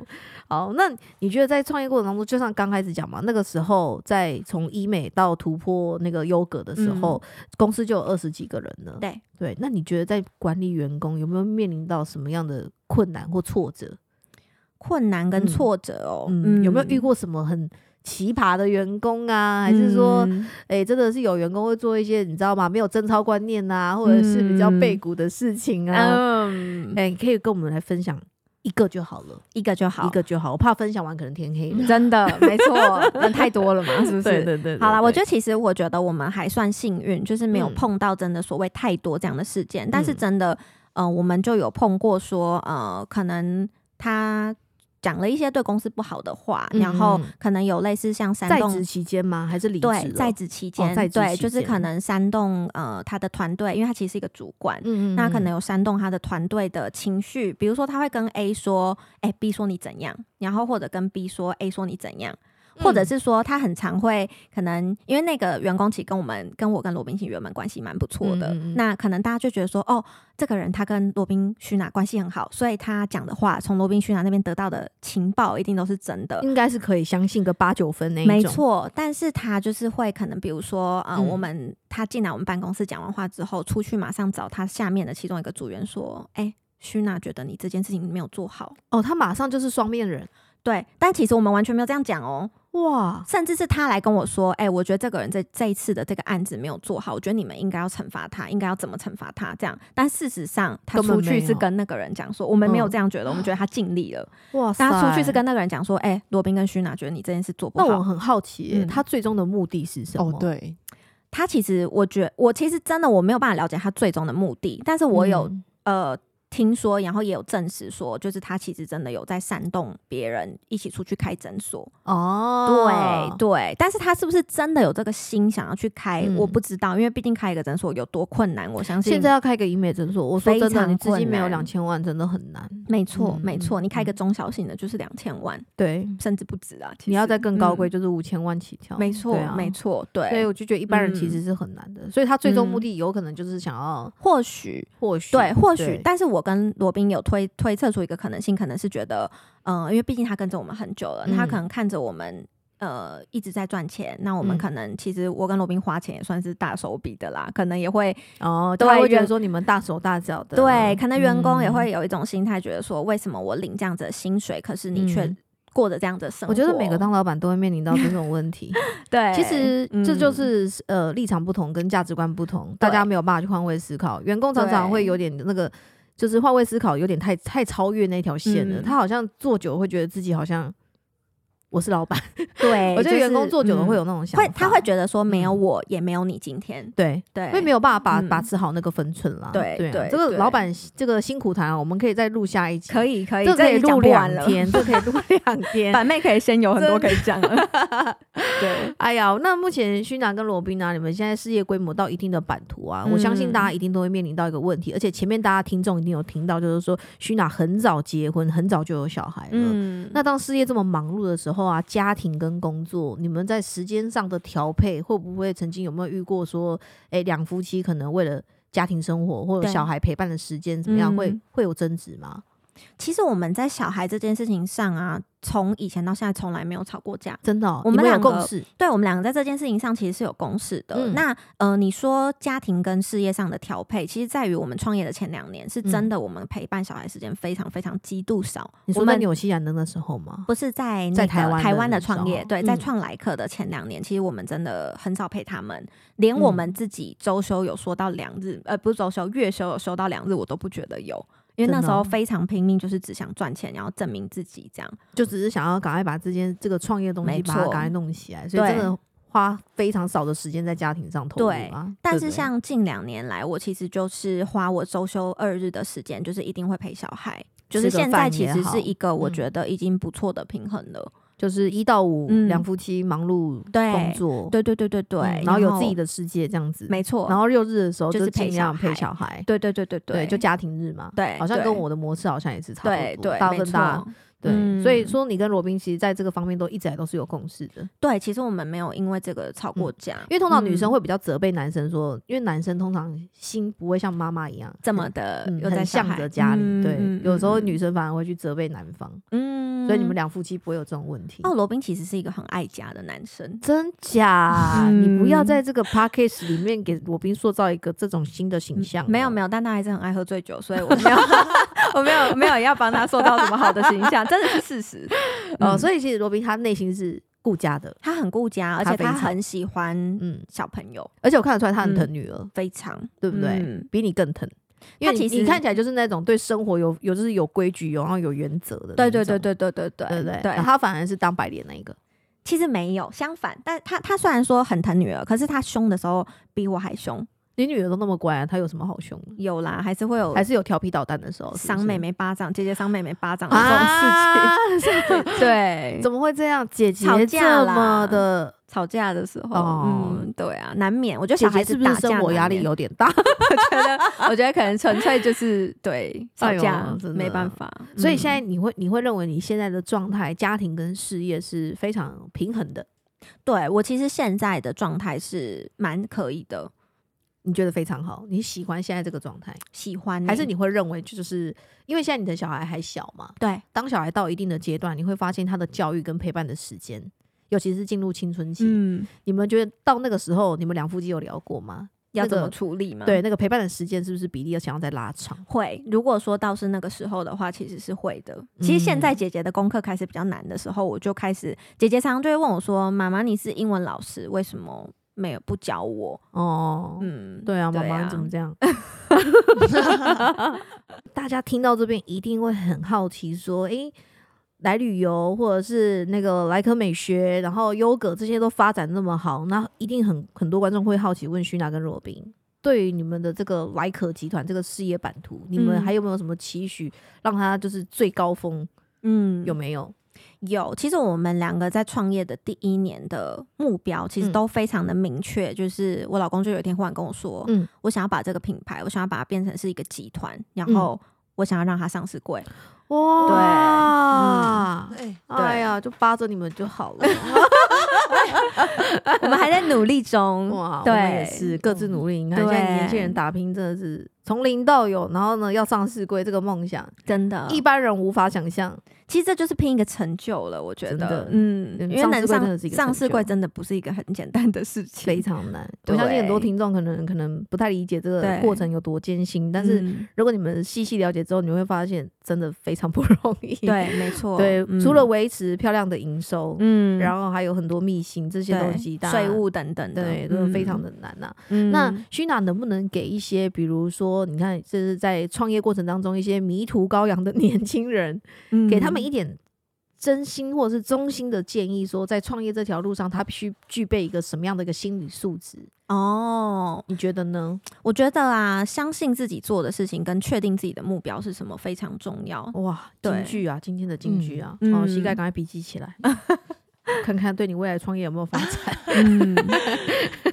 [SPEAKER 1] 好，那你觉得在创业过程当中，就像刚开始讲嘛，那个时候在从医美到突破那个 yoga 的时候，公司就有二十几个人了。
[SPEAKER 3] 嗯对
[SPEAKER 1] 对，那你觉得在管理员工有没有面临到什么样的困难或挫折？
[SPEAKER 3] 困难
[SPEAKER 1] 嗯
[SPEAKER 3] 跟挫折哦，
[SPEAKER 1] 嗯，有没有遇
[SPEAKER 3] 嗯？
[SPEAKER 1] 过什么很奇葩的员工啊？还是说，
[SPEAKER 3] 嗯
[SPEAKER 1] 哎、真的是有员工会做一些你知道吗？没有贞操观念啊，或者是比较背
[SPEAKER 3] 嗯
[SPEAKER 1] 骨的事情啊？
[SPEAKER 3] 嗯，
[SPEAKER 1] 哎、可以跟我们来分享一个就好了，
[SPEAKER 3] 一个就好，
[SPEAKER 1] 一个就好。我怕分享完可能天黑 了。
[SPEAKER 3] 真的没错，人太多了嘛，是不是？
[SPEAKER 1] 对对
[SPEAKER 3] 好啦，我觉
[SPEAKER 1] 得
[SPEAKER 3] 得其实我觉得我们还算幸运，就是没有
[SPEAKER 1] 嗯
[SPEAKER 3] 碰到真的所谓太多这样的事件，但是
[SPEAKER 1] 嗯
[SPEAKER 3] 真的，呃，我们就有碰过说，呃，可能他讲了一些对公司不好的话，
[SPEAKER 1] 嗯
[SPEAKER 3] 然后
[SPEAKER 1] 嗯嗯
[SPEAKER 3] 可能有类似像煽
[SPEAKER 1] 在
[SPEAKER 3] 动
[SPEAKER 1] 职期间吗？还是离职了？哦
[SPEAKER 3] 对在职期间，
[SPEAKER 1] 在职
[SPEAKER 3] 对，
[SPEAKER 1] 期
[SPEAKER 3] 就是可
[SPEAKER 1] 间
[SPEAKER 3] 能煽动呃他的团队，因为他其实是一个主管，
[SPEAKER 1] 嗯，嗯
[SPEAKER 3] 那可能有煽动他的团队的情绪，比如说他会跟 A 说：“哎、b 说你怎样？”然后或者跟 B 说：“A 说你怎样？”或
[SPEAKER 1] 嗯
[SPEAKER 3] 者是说他很常会可能因为那个员工其实跟我们跟我跟罗宾其实原本关系蛮不错的，
[SPEAKER 1] 嗯嗯嗯
[SPEAKER 3] 那可能大家就觉得说哦，这个人他跟罗宾徐娜关系很好，所以他讲的话从罗宾徐娜那边得到的情报一定都是真的。
[SPEAKER 1] 应该是可以相信个八九分那一种。
[SPEAKER 3] 没，错，但是他就是会可能，比如说，呃，
[SPEAKER 1] 嗯
[SPEAKER 3] 我们他进来我们办公室讲完话之后，出去马上找他下面的其中一个组员说：“哎、徐娜觉得你这件事情没有做好。
[SPEAKER 1] 哦，他马上就是双面人”
[SPEAKER 3] 对，但其实我们完全没有这样讲哦，
[SPEAKER 1] 哇！
[SPEAKER 3] 甚至是他来跟我说：“哎、我觉得这个人这这一次的这个案子没有做好，我觉得你们应该要惩罚他，应该要怎么惩罚他？”这样，但事实上他
[SPEAKER 1] 根本
[SPEAKER 3] 出去
[SPEAKER 1] 没
[SPEAKER 3] 是
[SPEAKER 1] 有
[SPEAKER 3] 跟那个人讲说：“我们没有
[SPEAKER 1] 嗯
[SPEAKER 3] 这样觉得，我们觉得他尽力了。
[SPEAKER 1] 哇塞，
[SPEAKER 3] 但他出去是跟那个人讲说：“哎、罗宾跟徐娜觉得你这件事做不
[SPEAKER 1] 那
[SPEAKER 3] 好。”
[SPEAKER 1] 我很好奇耶、
[SPEAKER 2] 嗯
[SPEAKER 1] 他最终的目的是什么？
[SPEAKER 2] 哦，，对，
[SPEAKER 3] 他其实，我觉我其实真的我没有办法了解他最终的目的，但是我有、
[SPEAKER 1] 嗯
[SPEAKER 3] 呃听说，然后也有证实说，就是他其实真的有在煽动别人一起出去开诊所。
[SPEAKER 1] 哦，
[SPEAKER 3] 对对，但是他是不是真的有这个心想要去开，
[SPEAKER 1] 嗯
[SPEAKER 3] 我不知道，因为毕竟开一个诊所有多困难，我相信
[SPEAKER 1] 现在要开个医美诊所，我说
[SPEAKER 3] 非
[SPEAKER 1] 真的，
[SPEAKER 3] 常
[SPEAKER 1] 你资金
[SPEAKER 3] 困
[SPEAKER 1] 没有两
[SPEAKER 3] 难
[SPEAKER 1] 千万真的很难。
[SPEAKER 3] 没错
[SPEAKER 1] 嗯
[SPEAKER 3] 没错，
[SPEAKER 1] 嗯
[SPEAKER 3] 你开一个中小型的就是两千万
[SPEAKER 1] 对，
[SPEAKER 3] 甚至不止啊，其
[SPEAKER 1] 你要
[SPEAKER 3] 实
[SPEAKER 1] 再更高贵，
[SPEAKER 3] 嗯
[SPEAKER 1] 就是五千万起跳。
[SPEAKER 3] 没错
[SPEAKER 1] 对啊
[SPEAKER 3] 没。错，
[SPEAKER 1] 所以
[SPEAKER 3] 对，
[SPEAKER 1] 我就觉得一般人其
[SPEAKER 3] 嗯
[SPEAKER 1] 实是很难的，所以他最终目
[SPEAKER 3] 嗯
[SPEAKER 1] 的有可能就是想要
[SPEAKER 3] 或许
[SPEAKER 1] 获取
[SPEAKER 3] 对，或许
[SPEAKER 1] 对，
[SPEAKER 3] 但是我跟罗宾有推推测出一个可能性，可能是觉得，嗯、因为毕竟他跟着我们很久了，他
[SPEAKER 1] 嗯
[SPEAKER 3] 可能看着我们。呃，一直在赚钱，那我
[SPEAKER 1] 嗯
[SPEAKER 3] 们可能其实我跟罗宾花钱也算是大手笔的啦，可能也会
[SPEAKER 1] 哦，
[SPEAKER 3] 对
[SPEAKER 1] 他会觉得
[SPEAKER 3] 员
[SPEAKER 1] 说你们大手大脚的，
[SPEAKER 3] 对，可能员工也
[SPEAKER 1] 嗯
[SPEAKER 3] 会有一种心态，觉得说为什么我领这样子的薪水，可是你却
[SPEAKER 1] 嗯
[SPEAKER 3] 过着这样子的生活？
[SPEAKER 1] 我觉得每个当老板都会面临到这种问题。
[SPEAKER 3] 对，
[SPEAKER 1] 其实这就
[SPEAKER 3] 嗯
[SPEAKER 1] 是、呃立场不同跟价值观不同，大
[SPEAKER 3] 对
[SPEAKER 1] 家没有办法去换位思考。员工常常
[SPEAKER 3] 对
[SPEAKER 1] 会有点那个，就是换位思考有点太太超越那条线了。
[SPEAKER 3] 嗯
[SPEAKER 1] 他好像做久会觉得自己好像我是老板，
[SPEAKER 3] 对，
[SPEAKER 1] 我觉得员工
[SPEAKER 3] 哎就是
[SPEAKER 1] 做久了会有
[SPEAKER 3] 嗯
[SPEAKER 1] 那种想法，
[SPEAKER 3] 会他会觉得说没有
[SPEAKER 1] 嗯
[SPEAKER 3] 我也没有你今天，
[SPEAKER 1] 对，
[SPEAKER 3] 对，
[SPEAKER 1] 因为没有办法把、
[SPEAKER 3] 嗯
[SPEAKER 1] 把持好那个分寸啦。
[SPEAKER 3] 对
[SPEAKER 1] 对啊
[SPEAKER 3] 对
[SPEAKER 1] 这个
[SPEAKER 3] 对
[SPEAKER 1] 老板这个辛苦谈啊，我们可以再录下一集，
[SPEAKER 3] 可
[SPEAKER 1] 以，
[SPEAKER 3] 以可以，
[SPEAKER 1] 这个可以
[SPEAKER 3] 已经
[SPEAKER 1] 录
[SPEAKER 3] 讲不完
[SPEAKER 1] 两
[SPEAKER 3] 了。
[SPEAKER 1] 天，这个可以 录两天。
[SPEAKER 3] 板妹可以先有很多
[SPEAKER 1] 真
[SPEAKER 3] 可以讲了， 对，
[SPEAKER 1] 哎呀，那目前勋南跟罗宾啊，你们现在事业规模到一定的版图啊，我相信
[SPEAKER 3] 嗯
[SPEAKER 1] 大家一定都会面临到一个问题，而且前面大家听众一定有听到，就是说勋南很早结婚，很早就有小孩了。
[SPEAKER 3] 嗯，
[SPEAKER 1] 那当事业这么忙碌的时候啊，家庭跟工作，你们在时间上的调配，会不会曾经有没有遇过说，哎、两夫妻可能为了家庭生活或者
[SPEAKER 3] 对
[SPEAKER 1] 小孩陪伴的时间怎么样，会
[SPEAKER 3] 嗯
[SPEAKER 1] 会有争执吗？
[SPEAKER 3] 其实我们在小孩这件事情上啊，从以前到现在从来没有吵过架。
[SPEAKER 1] 真的哦、
[SPEAKER 3] 我们
[SPEAKER 1] 你有
[SPEAKER 3] 两个
[SPEAKER 1] 共识，
[SPEAKER 3] 对我们两个在这件事情上其实是有共识的。
[SPEAKER 1] 嗯
[SPEAKER 3] 那呃，你说家庭跟事业上的调配，其实在于我们创业的前两年，
[SPEAKER 1] 嗯
[SPEAKER 3] 是真的我们陪伴小孩时间非常非常极度少。
[SPEAKER 1] 你
[SPEAKER 3] 我
[SPEAKER 1] 说在
[SPEAKER 3] 们
[SPEAKER 1] 纽西兰的那时候吗？
[SPEAKER 3] 不是在、那个
[SPEAKER 1] 在台湾的
[SPEAKER 3] 台湾的
[SPEAKER 1] 那时候
[SPEAKER 3] 创业，对，在
[SPEAKER 1] 嗯
[SPEAKER 3] 创来客的前两年，其实我们真的很少陪他们，连
[SPEAKER 1] 嗯
[SPEAKER 3] 我们自己周休有说到两日，呃，不是周休，月休有收到两日，我都不觉得有。因为那
[SPEAKER 1] 真的
[SPEAKER 3] 时候
[SPEAKER 1] 哦
[SPEAKER 3] 非常拼命，就是只想赚钱，然后证明自己这样。
[SPEAKER 1] 就只是想要赶快把这件这个创业的东西
[SPEAKER 3] 没
[SPEAKER 1] 把它
[SPEAKER 3] 错
[SPEAKER 1] 赶快弄起来，所以
[SPEAKER 3] 对
[SPEAKER 1] 真的花非常少的时间在家庭上投入
[SPEAKER 3] 对
[SPEAKER 1] 啊。
[SPEAKER 3] 但
[SPEAKER 1] 对
[SPEAKER 3] 是
[SPEAKER 1] 不对
[SPEAKER 3] 像近两年来，我其实就是花我周休二日的时间，就是一定会陪小孩。就是
[SPEAKER 1] 吃个
[SPEAKER 3] 现在
[SPEAKER 1] 饭
[SPEAKER 3] 其
[SPEAKER 1] 也
[SPEAKER 3] 实
[SPEAKER 1] 好
[SPEAKER 3] 是一个我
[SPEAKER 1] 嗯
[SPEAKER 3] 觉得已经不错的平衡了。
[SPEAKER 1] 就是一到五
[SPEAKER 3] 嗯
[SPEAKER 1] 两夫妻忙碌
[SPEAKER 3] 对
[SPEAKER 1] 工作，
[SPEAKER 3] 对对对对对，
[SPEAKER 1] 嗯然后有自己，的世界这样子，
[SPEAKER 3] 没错，
[SPEAKER 1] 然后六日的时候
[SPEAKER 3] 就
[SPEAKER 1] 就是
[SPEAKER 3] 陪
[SPEAKER 1] 尽量
[SPEAKER 3] 小
[SPEAKER 1] 陪
[SPEAKER 3] 孩
[SPEAKER 1] 小孩，
[SPEAKER 3] 对对对对
[SPEAKER 1] 对，就家庭日嘛，
[SPEAKER 3] 对，
[SPEAKER 1] 好像
[SPEAKER 3] 对
[SPEAKER 1] 跟我的模式好像也是差
[SPEAKER 3] 对
[SPEAKER 1] 不多，
[SPEAKER 3] 对
[SPEAKER 1] 大
[SPEAKER 3] 没
[SPEAKER 1] 部分
[SPEAKER 3] 错
[SPEAKER 1] 大家对，所以
[SPEAKER 3] 嗯
[SPEAKER 1] 说你跟罗宾其实在这个方面都一直来都是有共识的，因
[SPEAKER 3] 对，其实我们没有因为这个吵过架，因
[SPEAKER 1] 嗯为通常女生
[SPEAKER 3] 会
[SPEAKER 1] 会比较责备男生说，因为男生通常心不会像妈妈一样
[SPEAKER 3] 这么。的
[SPEAKER 1] 嗯，
[SPEAKER 3] 又
[SPEAKER 1] 很
[SPEAKER 3] 在小
[SPEAKER 1] 向
[SPEAKER 3] 孩
[SPEAKER 1] 着家里，
[SPEAKER 3] 嗯
[SPEAKER 1] 对，
[SPEAKER 3] 嗯
[SPEAKER 1] 有时候
[SPEAKER 3] 嗯
[SPEAKER 1] 女生反而会去责备男方，
[SPEAKER 3] 嗯
[SPEAKER 1] 所以你们两夫妻不会有这种问题。
[SPEAKER 3] 哦，罗宾其实是一个很爱家的男生，
[SPEAKER 1] 真假？你不要
[SPEAKER 3] 嗯
[SPEAKER 1] 在这个 p a c k a g e 里面给罗宾塑造一个这种新的形象、
[SPEAKER 3] 嗯没有
[SPEAKER 1] 嗯
[SPEAKER 3] 没
[SPEAKER 1] 有，
[SPEAKER 3] 有，但他还是很爱喝醉酒，所以我没 有我没有没有要帮他塑造什么好的形象，真的是 事实。
[SPEAKER 1] 呃，
[SPEAKER 3] 嗯
[SPEAKER 1] 所以其实罗宾他内心是顾家的，
[SPEAKER 3] 他很顾家，而
[SPEAKER 1] 他
[SPEAKER 3] 且
[SPEAKER 1] 非
[SPEAKER 3] 他
[SPEAKER 1] 常
[SPEAKER 3] 很喜欢
[SPEAKER 1] 嗯，
[SPEAKER 3] 小朋友，
[SPEAKER 1] 而且我看得出来他很疼女儿，
[SPEAKER 3] 非常
[SPEAKER 1] 对不对？
[SPEAKER 3] 嗯
[SPEAKER 1] 比你更疼，因为
[SPEAKER 3] 他
[SPEAKER 1] 你
[SPEAKER 3] 其实
[SPEAKER 1] 你看起来就是那种对生活有有就是有规矩有然后有原则的那
[SPEAKER 3] 对
[SPEAKER 1] 种，
[SPEAKER 3] 对对对对对对
[SPEAKER 1] 对不对
[SPEAKER 3] 对
[SPEAKER 1] 然后，他反而是当白脸那一个，
[SPEAKER 3] 其实没有，相反，但他他虽然说很疼女儿，可是他凶的时候比我还凶，
[SPEAKER 1] 你女儿都那么乖、啊，她有什么好凶的？
[SPEAKER 3] 有啦，还是会有
[SPEAKER 1] 还是有调皮捣蛋的时候，是不
[SPEAKER 3] 赏
[SPEAKER 1] 是
[SPEAKER 3] 妹妹巴掌，姐姐赏妹妹巴掌的这种
[SPEAKER 1] 啊，，
[SPEAKER 3] 事情，对
[SPEAKER 1] 怎么会这样？姐姐
[SPEAKER 3] 吵架
[SPEAKER 1] 这
[SPEAKER 3] 啦
[SPEAKER 1] 么的，
[SPEAKER 3] 吵架的时候，
[SPEAKER 1] 哦
[SPEAKER 3] 嗯，对啊，难免。我觉得
[SPEAKER 1] 姐
[SPEAKER 3] 小
[SPEAKER 1] 姐
[SPEAKER 3] 孩
[SPEAKER 1] 是
[SPEAKER 3] 子
[SPEAKER 1] 不是
[SPEAKER 3] 打架
[SPEAKER 1] 生活压力
[SPEAKER 3] 难免？
[SPEAKER 1] 有点大？
[SPEAKER 3] 我觉得，我觉得可能纯粹就是对
[SPEAKER 1] 哎
[SPEAKER 3] 吵
[SPEAKER 1] 呦
[SPEAKER 3] 架
[SPEAKER 1] 真的
[SPEAKER 3] 没办法。
[SPEAKER 1] 所以
[SPEAKER 3] 嗯
[SPEAKER 1] 现在你会你会认为你现在的状态，家庭跟事业是非常平衡的，
[SPEAKER 3] 对我其实现在的状态是蛮可以的，
[SPEAKER 1] 你觉得非常好，你喜欢现在这个状态，
[SPEAKER 3] 喜欢欸
[SPEAKER 1] 还是你会认为就是因为现在你的小孩还小嘛？
[SPEAKER 3] 对
[SPEAKER 1] 当小孩到一定的阶段，你会发现他的教育跟陪伴的时间，尤其是进入青春期，
[SPEAKER 3] 嗯
[SPEAKER 1] 你们觉得到那个时候，你们两夫妻有聊过吗？
[SPEAKER 3] 要
[SPEAKER 1] 那
[SPEAKER 3] 怎么
[SPEAKER 1] 个
[SPEAKER 3] 处理嘛？
[SPEAKER 1] 对，，那个陪伴的时间是不是比例要想要再拉长？
[SPEAKER 3] 会。如果说到是那个时候的话，其实是会的。其实现
[SPEAKER 1] 嗯
[SPEAKER 3] 在姐姐的功课开始比较难的时候，我就开始，姐姐常常就会问我说：“妈妈，你是英文老师，为什么没有不教我
[SPEAKER 1] 哦？”，
[SPEAKER 3] 嗯，
[SPEAKER 1] 对啊，妈
[SPEAKER 3] 对
[SPEAKER 1] 妈、
[SPEAKER 3] 啊
[SPEAKER 1] 你怎么这 样？ 大家听到这边一定会很好奇，说，诶、来旅游或者是那个莱可美学，然后优格这些都发展那么好，那一定很很多观众会好奇问徐娜跟若冰，对于你们的这个莱可集团这个事业版图，你们
[SPEAKER 3] 嗯
[SPEAKER 1] 还有没有什么期许，让它就是最高峰
[SPEAKER 3] 嗯，
[SPEAKER 1] 有没有？
[SPEAKER 3] 有，其实我们两个在创业的第一年的目标，其实
[SPEAKER 1] 嗯
[SPEAKER 3] 都非常的明确。就是我老公就有一天忽然跟我说，
[SPEAKER 1] 嗯
[SPEAKER 3] 嗯，我想要把这个品牌，我想要把它变成是一个集团，然
[SPEAKER 1] 嗯
[SPEAKER 3] 后我想要让它上市柜。
[SPEAKER 1] 哇，
[SPEAKER 3] 嗯
[SPEAKER 2] 哎、
[SPEAKER 1] 哎呀，就扒着你们就好了。
[SPEAKER 3] 我们还在努力中，
[SPEAKER 1] 哇，我们也
[SPEAKER 3] 嗯对，嗯
[SPEAKER 1] 是各自努力。你看现
[SPEAKER 3] 对
[SPEAKER 1] 在年轻人打拼真的是从零到有，然后呢要上市柜这个梦想，
[SPEAKER 3] 真的。
[SPEAKER 1] 一般人无法想象。
[SPEAKER 3] 其实这就是拼一个成就了，我觉
[SPEAKER 1] 真
[SPEAKER 3] 得
[SPEAKER 1] 的，
[SPEAKER 3] 嗯，
[SPEAKER 1] 嗯
[SPEAKER 3] 因为
[SPEAKER 1] 上市
[SPEAKER 3] 能
[SPEAKER 1] 柜真
[SPEAKER 3] 上
[SPEAKER 1] 的是一个
[SPEAKER 3] 上
[SPEAKER 1] 成
[SPEAKER 3] 市
[SPEAKER 1] 就
[SPEAKER 3] 柜真的不是一个很简单的事情，
[SPEAKER 1] 非常难，我相信
[SPEAKER 3] 对
[SPEAKER 1] 很多听众可能可能不太理解这个
[SPEAKER 3] 对
[SPEAKER 1] 过程有多艰辛，但是
[SPEAKER 3] 嗯
[SPEAKER 1] 如果你们细细了解之后，你会发现真的非常不容易。
[SPEAKER 3] 对，没错，
[SPEAKER 1] 对，
[SPEAKER 3] 嗯
[SPEAKER 1] 除了维持漂亮的营收，
[SPEAKER 3] 嗯，
[SPEAKER 1] 然后还有很多秘辛这些
[SPEAKER 3] 对
[SPEAKER 1] 东西，大家
[SPEAKER 3] 税务等等的，
[SPEAKER 1] 对，真的非常
[SPEAKER 3] 的。
[SPEAKER 1] 的难啊呐、
[SPEAKER 3] 嗯
[SPEAKER 1] 那虚娜能不能给一些，比如说，你看这是在创业过程当中一些迷途羔羊的年轻人，给他们
[SPEAKER 3] 嗯
[SPEAKER 1] 一点真心或者是衷心的建议说，在创业这条路上，他必须具备一个什么样的一个心理素质？
[SPEAKER 3] 哦，
[SPEAKER 1] 你觉得 呢？
[SPEAKER 3] 我觉得啊，相信自己做的事情跟确定自己的目标是什么非常重要。
[SPEAKER 1] 哇，
[SPEAKER 3] 对
[SPEAKER 1] 金句啊，今天的金句啊，
[SPEAKER 3] 嗯
[SPEAKER 1] 哦，
[SPEAKER 3] 嗯
[SPEAKER 1] 膝盖赶快笔记起 来，看看对你未来创业有没有发 展。
[SPEAKER 3] 嗯，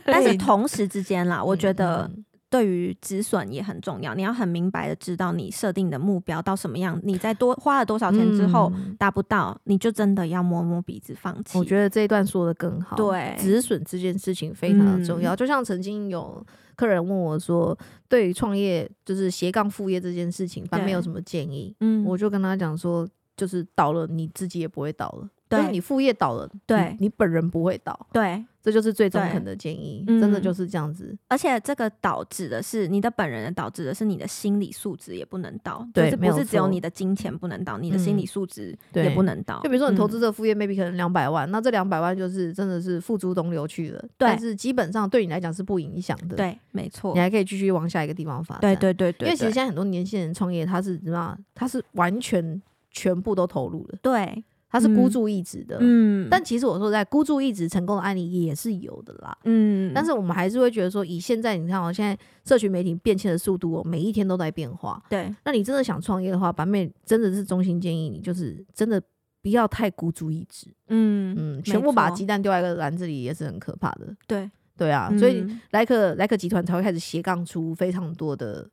[SPEAKER 3] 但是
[SPEAKER 2] 对
[SPEAKER 3] 同时之间 啦，我觉得
[SPEAKER 1] 嗯
[SPEAKER 3] 对于止损也很重要，你要很明白的知道你设定的目标到什么样，你在多花了多少钱之后、
[SPEAKER 1] 嗯
[SPEAKER 3] 达不到，你就真的要摸摸鼻子放弃。
[SPEAKER 1] 我觉得这一段说的更好。
[SPEAKER 3] 对嗯
[SPEAKER 1] 止损这件事情非常的重要。就像曾经有客人问我说，对于创业就是斜杠副业这件事情，班妹
[SPEAKER 3] 对
[SPEAKER 1] 有什么建议？
[SPEAKER 3] 嗯
[SPEAKER 1] 我就跟他讲说，就是倒了你自己也不会倒了，
[SPEAKER 3] 对
[SPEAKER 1] 就是你副业倒了，
[SPEAKER 3] 对
[SPEAKER 1] 你你本人不会倒，
[SPEAKER 3] 对，
[SPEAKER 1] 这就是最中肯的建议，
[SPEAKER 3] 对
[SPEAKER 1] 真的
[SPEAKER 3] 嗯
[SPEAKER 1] 就是这样子。
[SPEAKER 3] 而且这个导致的是你的本人的导致的是你的心理素质也不能到，
[SPEAKER 1] 对
[SPEAKER 3] 就是
[SPEAKER 1] 没有
[SPEAKER 3] 不是只有
[SPEAKER 1] 错
[SPEAKER 3] 你的金钱不能到，你的心理
[SPEAKER 1] 嗯
[SPEAKER 3] 素质
[SPEAKER 1] 对
[SPEAKER 3] 也不能到。
[SPEAKER 1] 就比如说你投资
[SPEAKER 3] 嗯
[SPEAKER 1] 这个副业，maybe 可能两百万，那这两百万就是真的是付诸东流去了，
[SPEAKER 3] 对
[SPEAKER 1] 但是基本上对你来讲是不影响的，，
[SPEAKER 3] 对，没错
[SPEAKER 1] 你，还可以继续往下一个地方发展，
[SPEAKER 3] 对对对对，
[SPEAKER 1] 因为其实
[SPEAKER 3] 对
[SPEAKER 1] 现在很多年轻人创业，他是怎么样？他是完全全部都投入的，
[SPEAKER 3] 对，
[SPEAKER 1] 他是孤
[SPEAKER 3] 嗯
[SPEAKER 1] 注一掷的。
[SPEAKER 3] 嗯，
[SPEAKER 1] 呃但其实我说实在孤注一掷成功的案例也是有的啦。
[SPEAKER 3] 嗯，
[SPEAKER 1] 但是我们还是会觉得说，以现在你看哦，现在社群媒体变迁的速度哦，每一天都在变化。
[SPEAKER 3] 对
[SPEAKER 1] 那你真的想创业的话，版妹真的是衷心建议你，就是真的不要太孤注一掷，
[SPEAKER 3] 嗯
[SPEAKER 1] 嗯，
[SPEAKER 3] 没
[SPEAKER 1] 全部把
[SPEAKER 3] 错
[SPEAKER 1] 鸡蛋丢在一个篮子里也是很可怕的。
[SPEAKER 3] 对，
[SPEAKER 1] 对啊，所以
[SPEAKER 3] 嗯
[SPEAKER 1] 莱可莱可集团才会开始斜杠出非常多的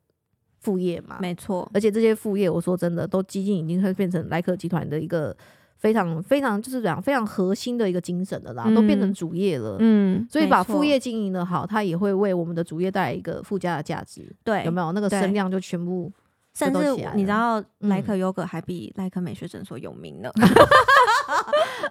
[SPEAKER 1] 副业嘛，
[SPEAKER 3] 没错，
[SPEAKER 1] 而且这些副业，我说真的，都基金已经会变成莱可集团的一个非常非常就是讲非常核心的一个精神了啦，
[SPEAKER 3] 嗯
[SPEAKER 1] 都变成主业了。
[SPEAKER 3] 嗯，
[SPEAKER 1] 所以
[SPEAKER 3] 没
[SPEAKER 1] 把
[SPEAKER 3] 错
[SPEAKER 1] 副业经营的好，它也会为我们的主业带来一个附加的价值，
[SPEAKER 3] 对
[SPEAKER 1] 有没有？那个
[SPEAKER 3] 对
[SPEAKER 1] 声量就全部
[SPEAKER 3] 甚
[SPEAKER 1] 都
[SPEAKER 3] 至
[SPEAKER 1] 起来
[SPEAKER 3] 你知道莱
[SPEAKER 1] 嗯
[SPEAKER 3] 可优格还比莱可美学诊所有名呢。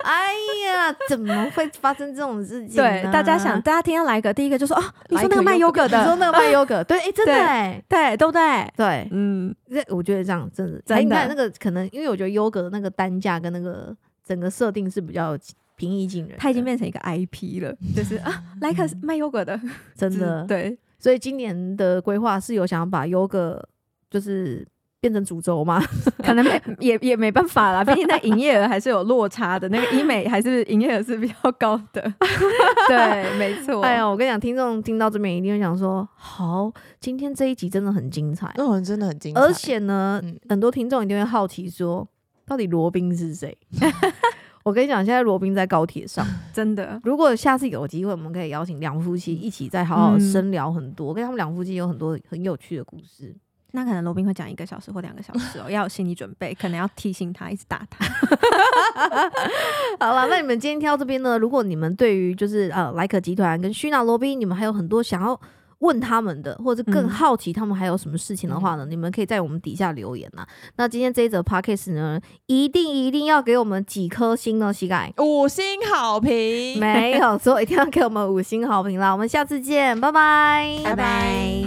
[SPEAKER 1] 哎呀，怎么会发生这种事情、
[SPEAKER 3] 对，大家想，，大家听到莱可，第一个就说 哦，你说那个卖优格
[SPEAKER 1] 你
[SPEAKER 3] 的
[SPEAKER 1] 说，那个卖优格， 对，哎、真的、
[SPEAKER 3] 对
[SPEAKER 1] 哎
[SPEAKER 3] 对，对不对？
[SPEAKER 1] 对，
[SPEAKER 3] 嗯，
[SPEAKER 1] 这我觉得这样真的，
[SPEAKER 3] 真
[SPEAKER 1] 哎你
[SPEAKER 3] 的
[SPEAKER 1] 看那个可能，因为我觉得优格的那个单价跟那个整个设定是比较平易近人的，
[SPEAKER 3] 它已经变成一个 IP 了，就是啊，莱可是卖优格的，
[SPEAKER 1] 真的
[SPEAKER 3] 对，
[SPEAKER 1] 所以今年的规划是有想要把 yoga 就是变成主轴吗？
[SPEAKER 3] 可能没也也没办法啦，毕竟它营业额还是有落差的，那 个医美还是营业额是比较高 的，对，没错，
[SPEAKER 1] 哎呀，我跟你讲，听众听到这边一定会想说，好，今天这一集真的很精彩，
[SPEAKER 2] 那我们真的很精彩，
[SPEAKER 1] 而且呢，
[SPEAKER 2] 嗯
[SPEAKER 1] 很多听众一定会好奇说，到底罗宾是谁？ 我跟你讲，现在罗宾在高铁上。
[SPEAKER 3] 真的，
[SPEAKER 1] 如果下次有机会，我们可以邀请两夫妻一起再好好深聊很多，跟他们两夫妻有很多很有趣的故事。
[SPEAKER 3] 那可能罗宾会讲一个小时或两个小时哦，要有心理准备，可能要提醒他，一直打他，
[SPEAKER 1] 好了，那你们今天听到这边呢，如果你们对于就是呃莱可集团跟虚纳罗宾，你们还有很多想要问他们的，或者是更
[SPEAKER 3] 嗯
[SPEAKER 1] 好奇他们还有什么事情的话呢，你们可以在我们底下留言呐、那今天这一则 podcast 呢，一定一定要给我们几颗星呢，膝盖
[SPEAKER 2] 五星好评，
[SPEAKER 1] 没有错，一定要给我们五星好评啦。我们下次见，拜拜，
[SPEAKER 2] 拜拜。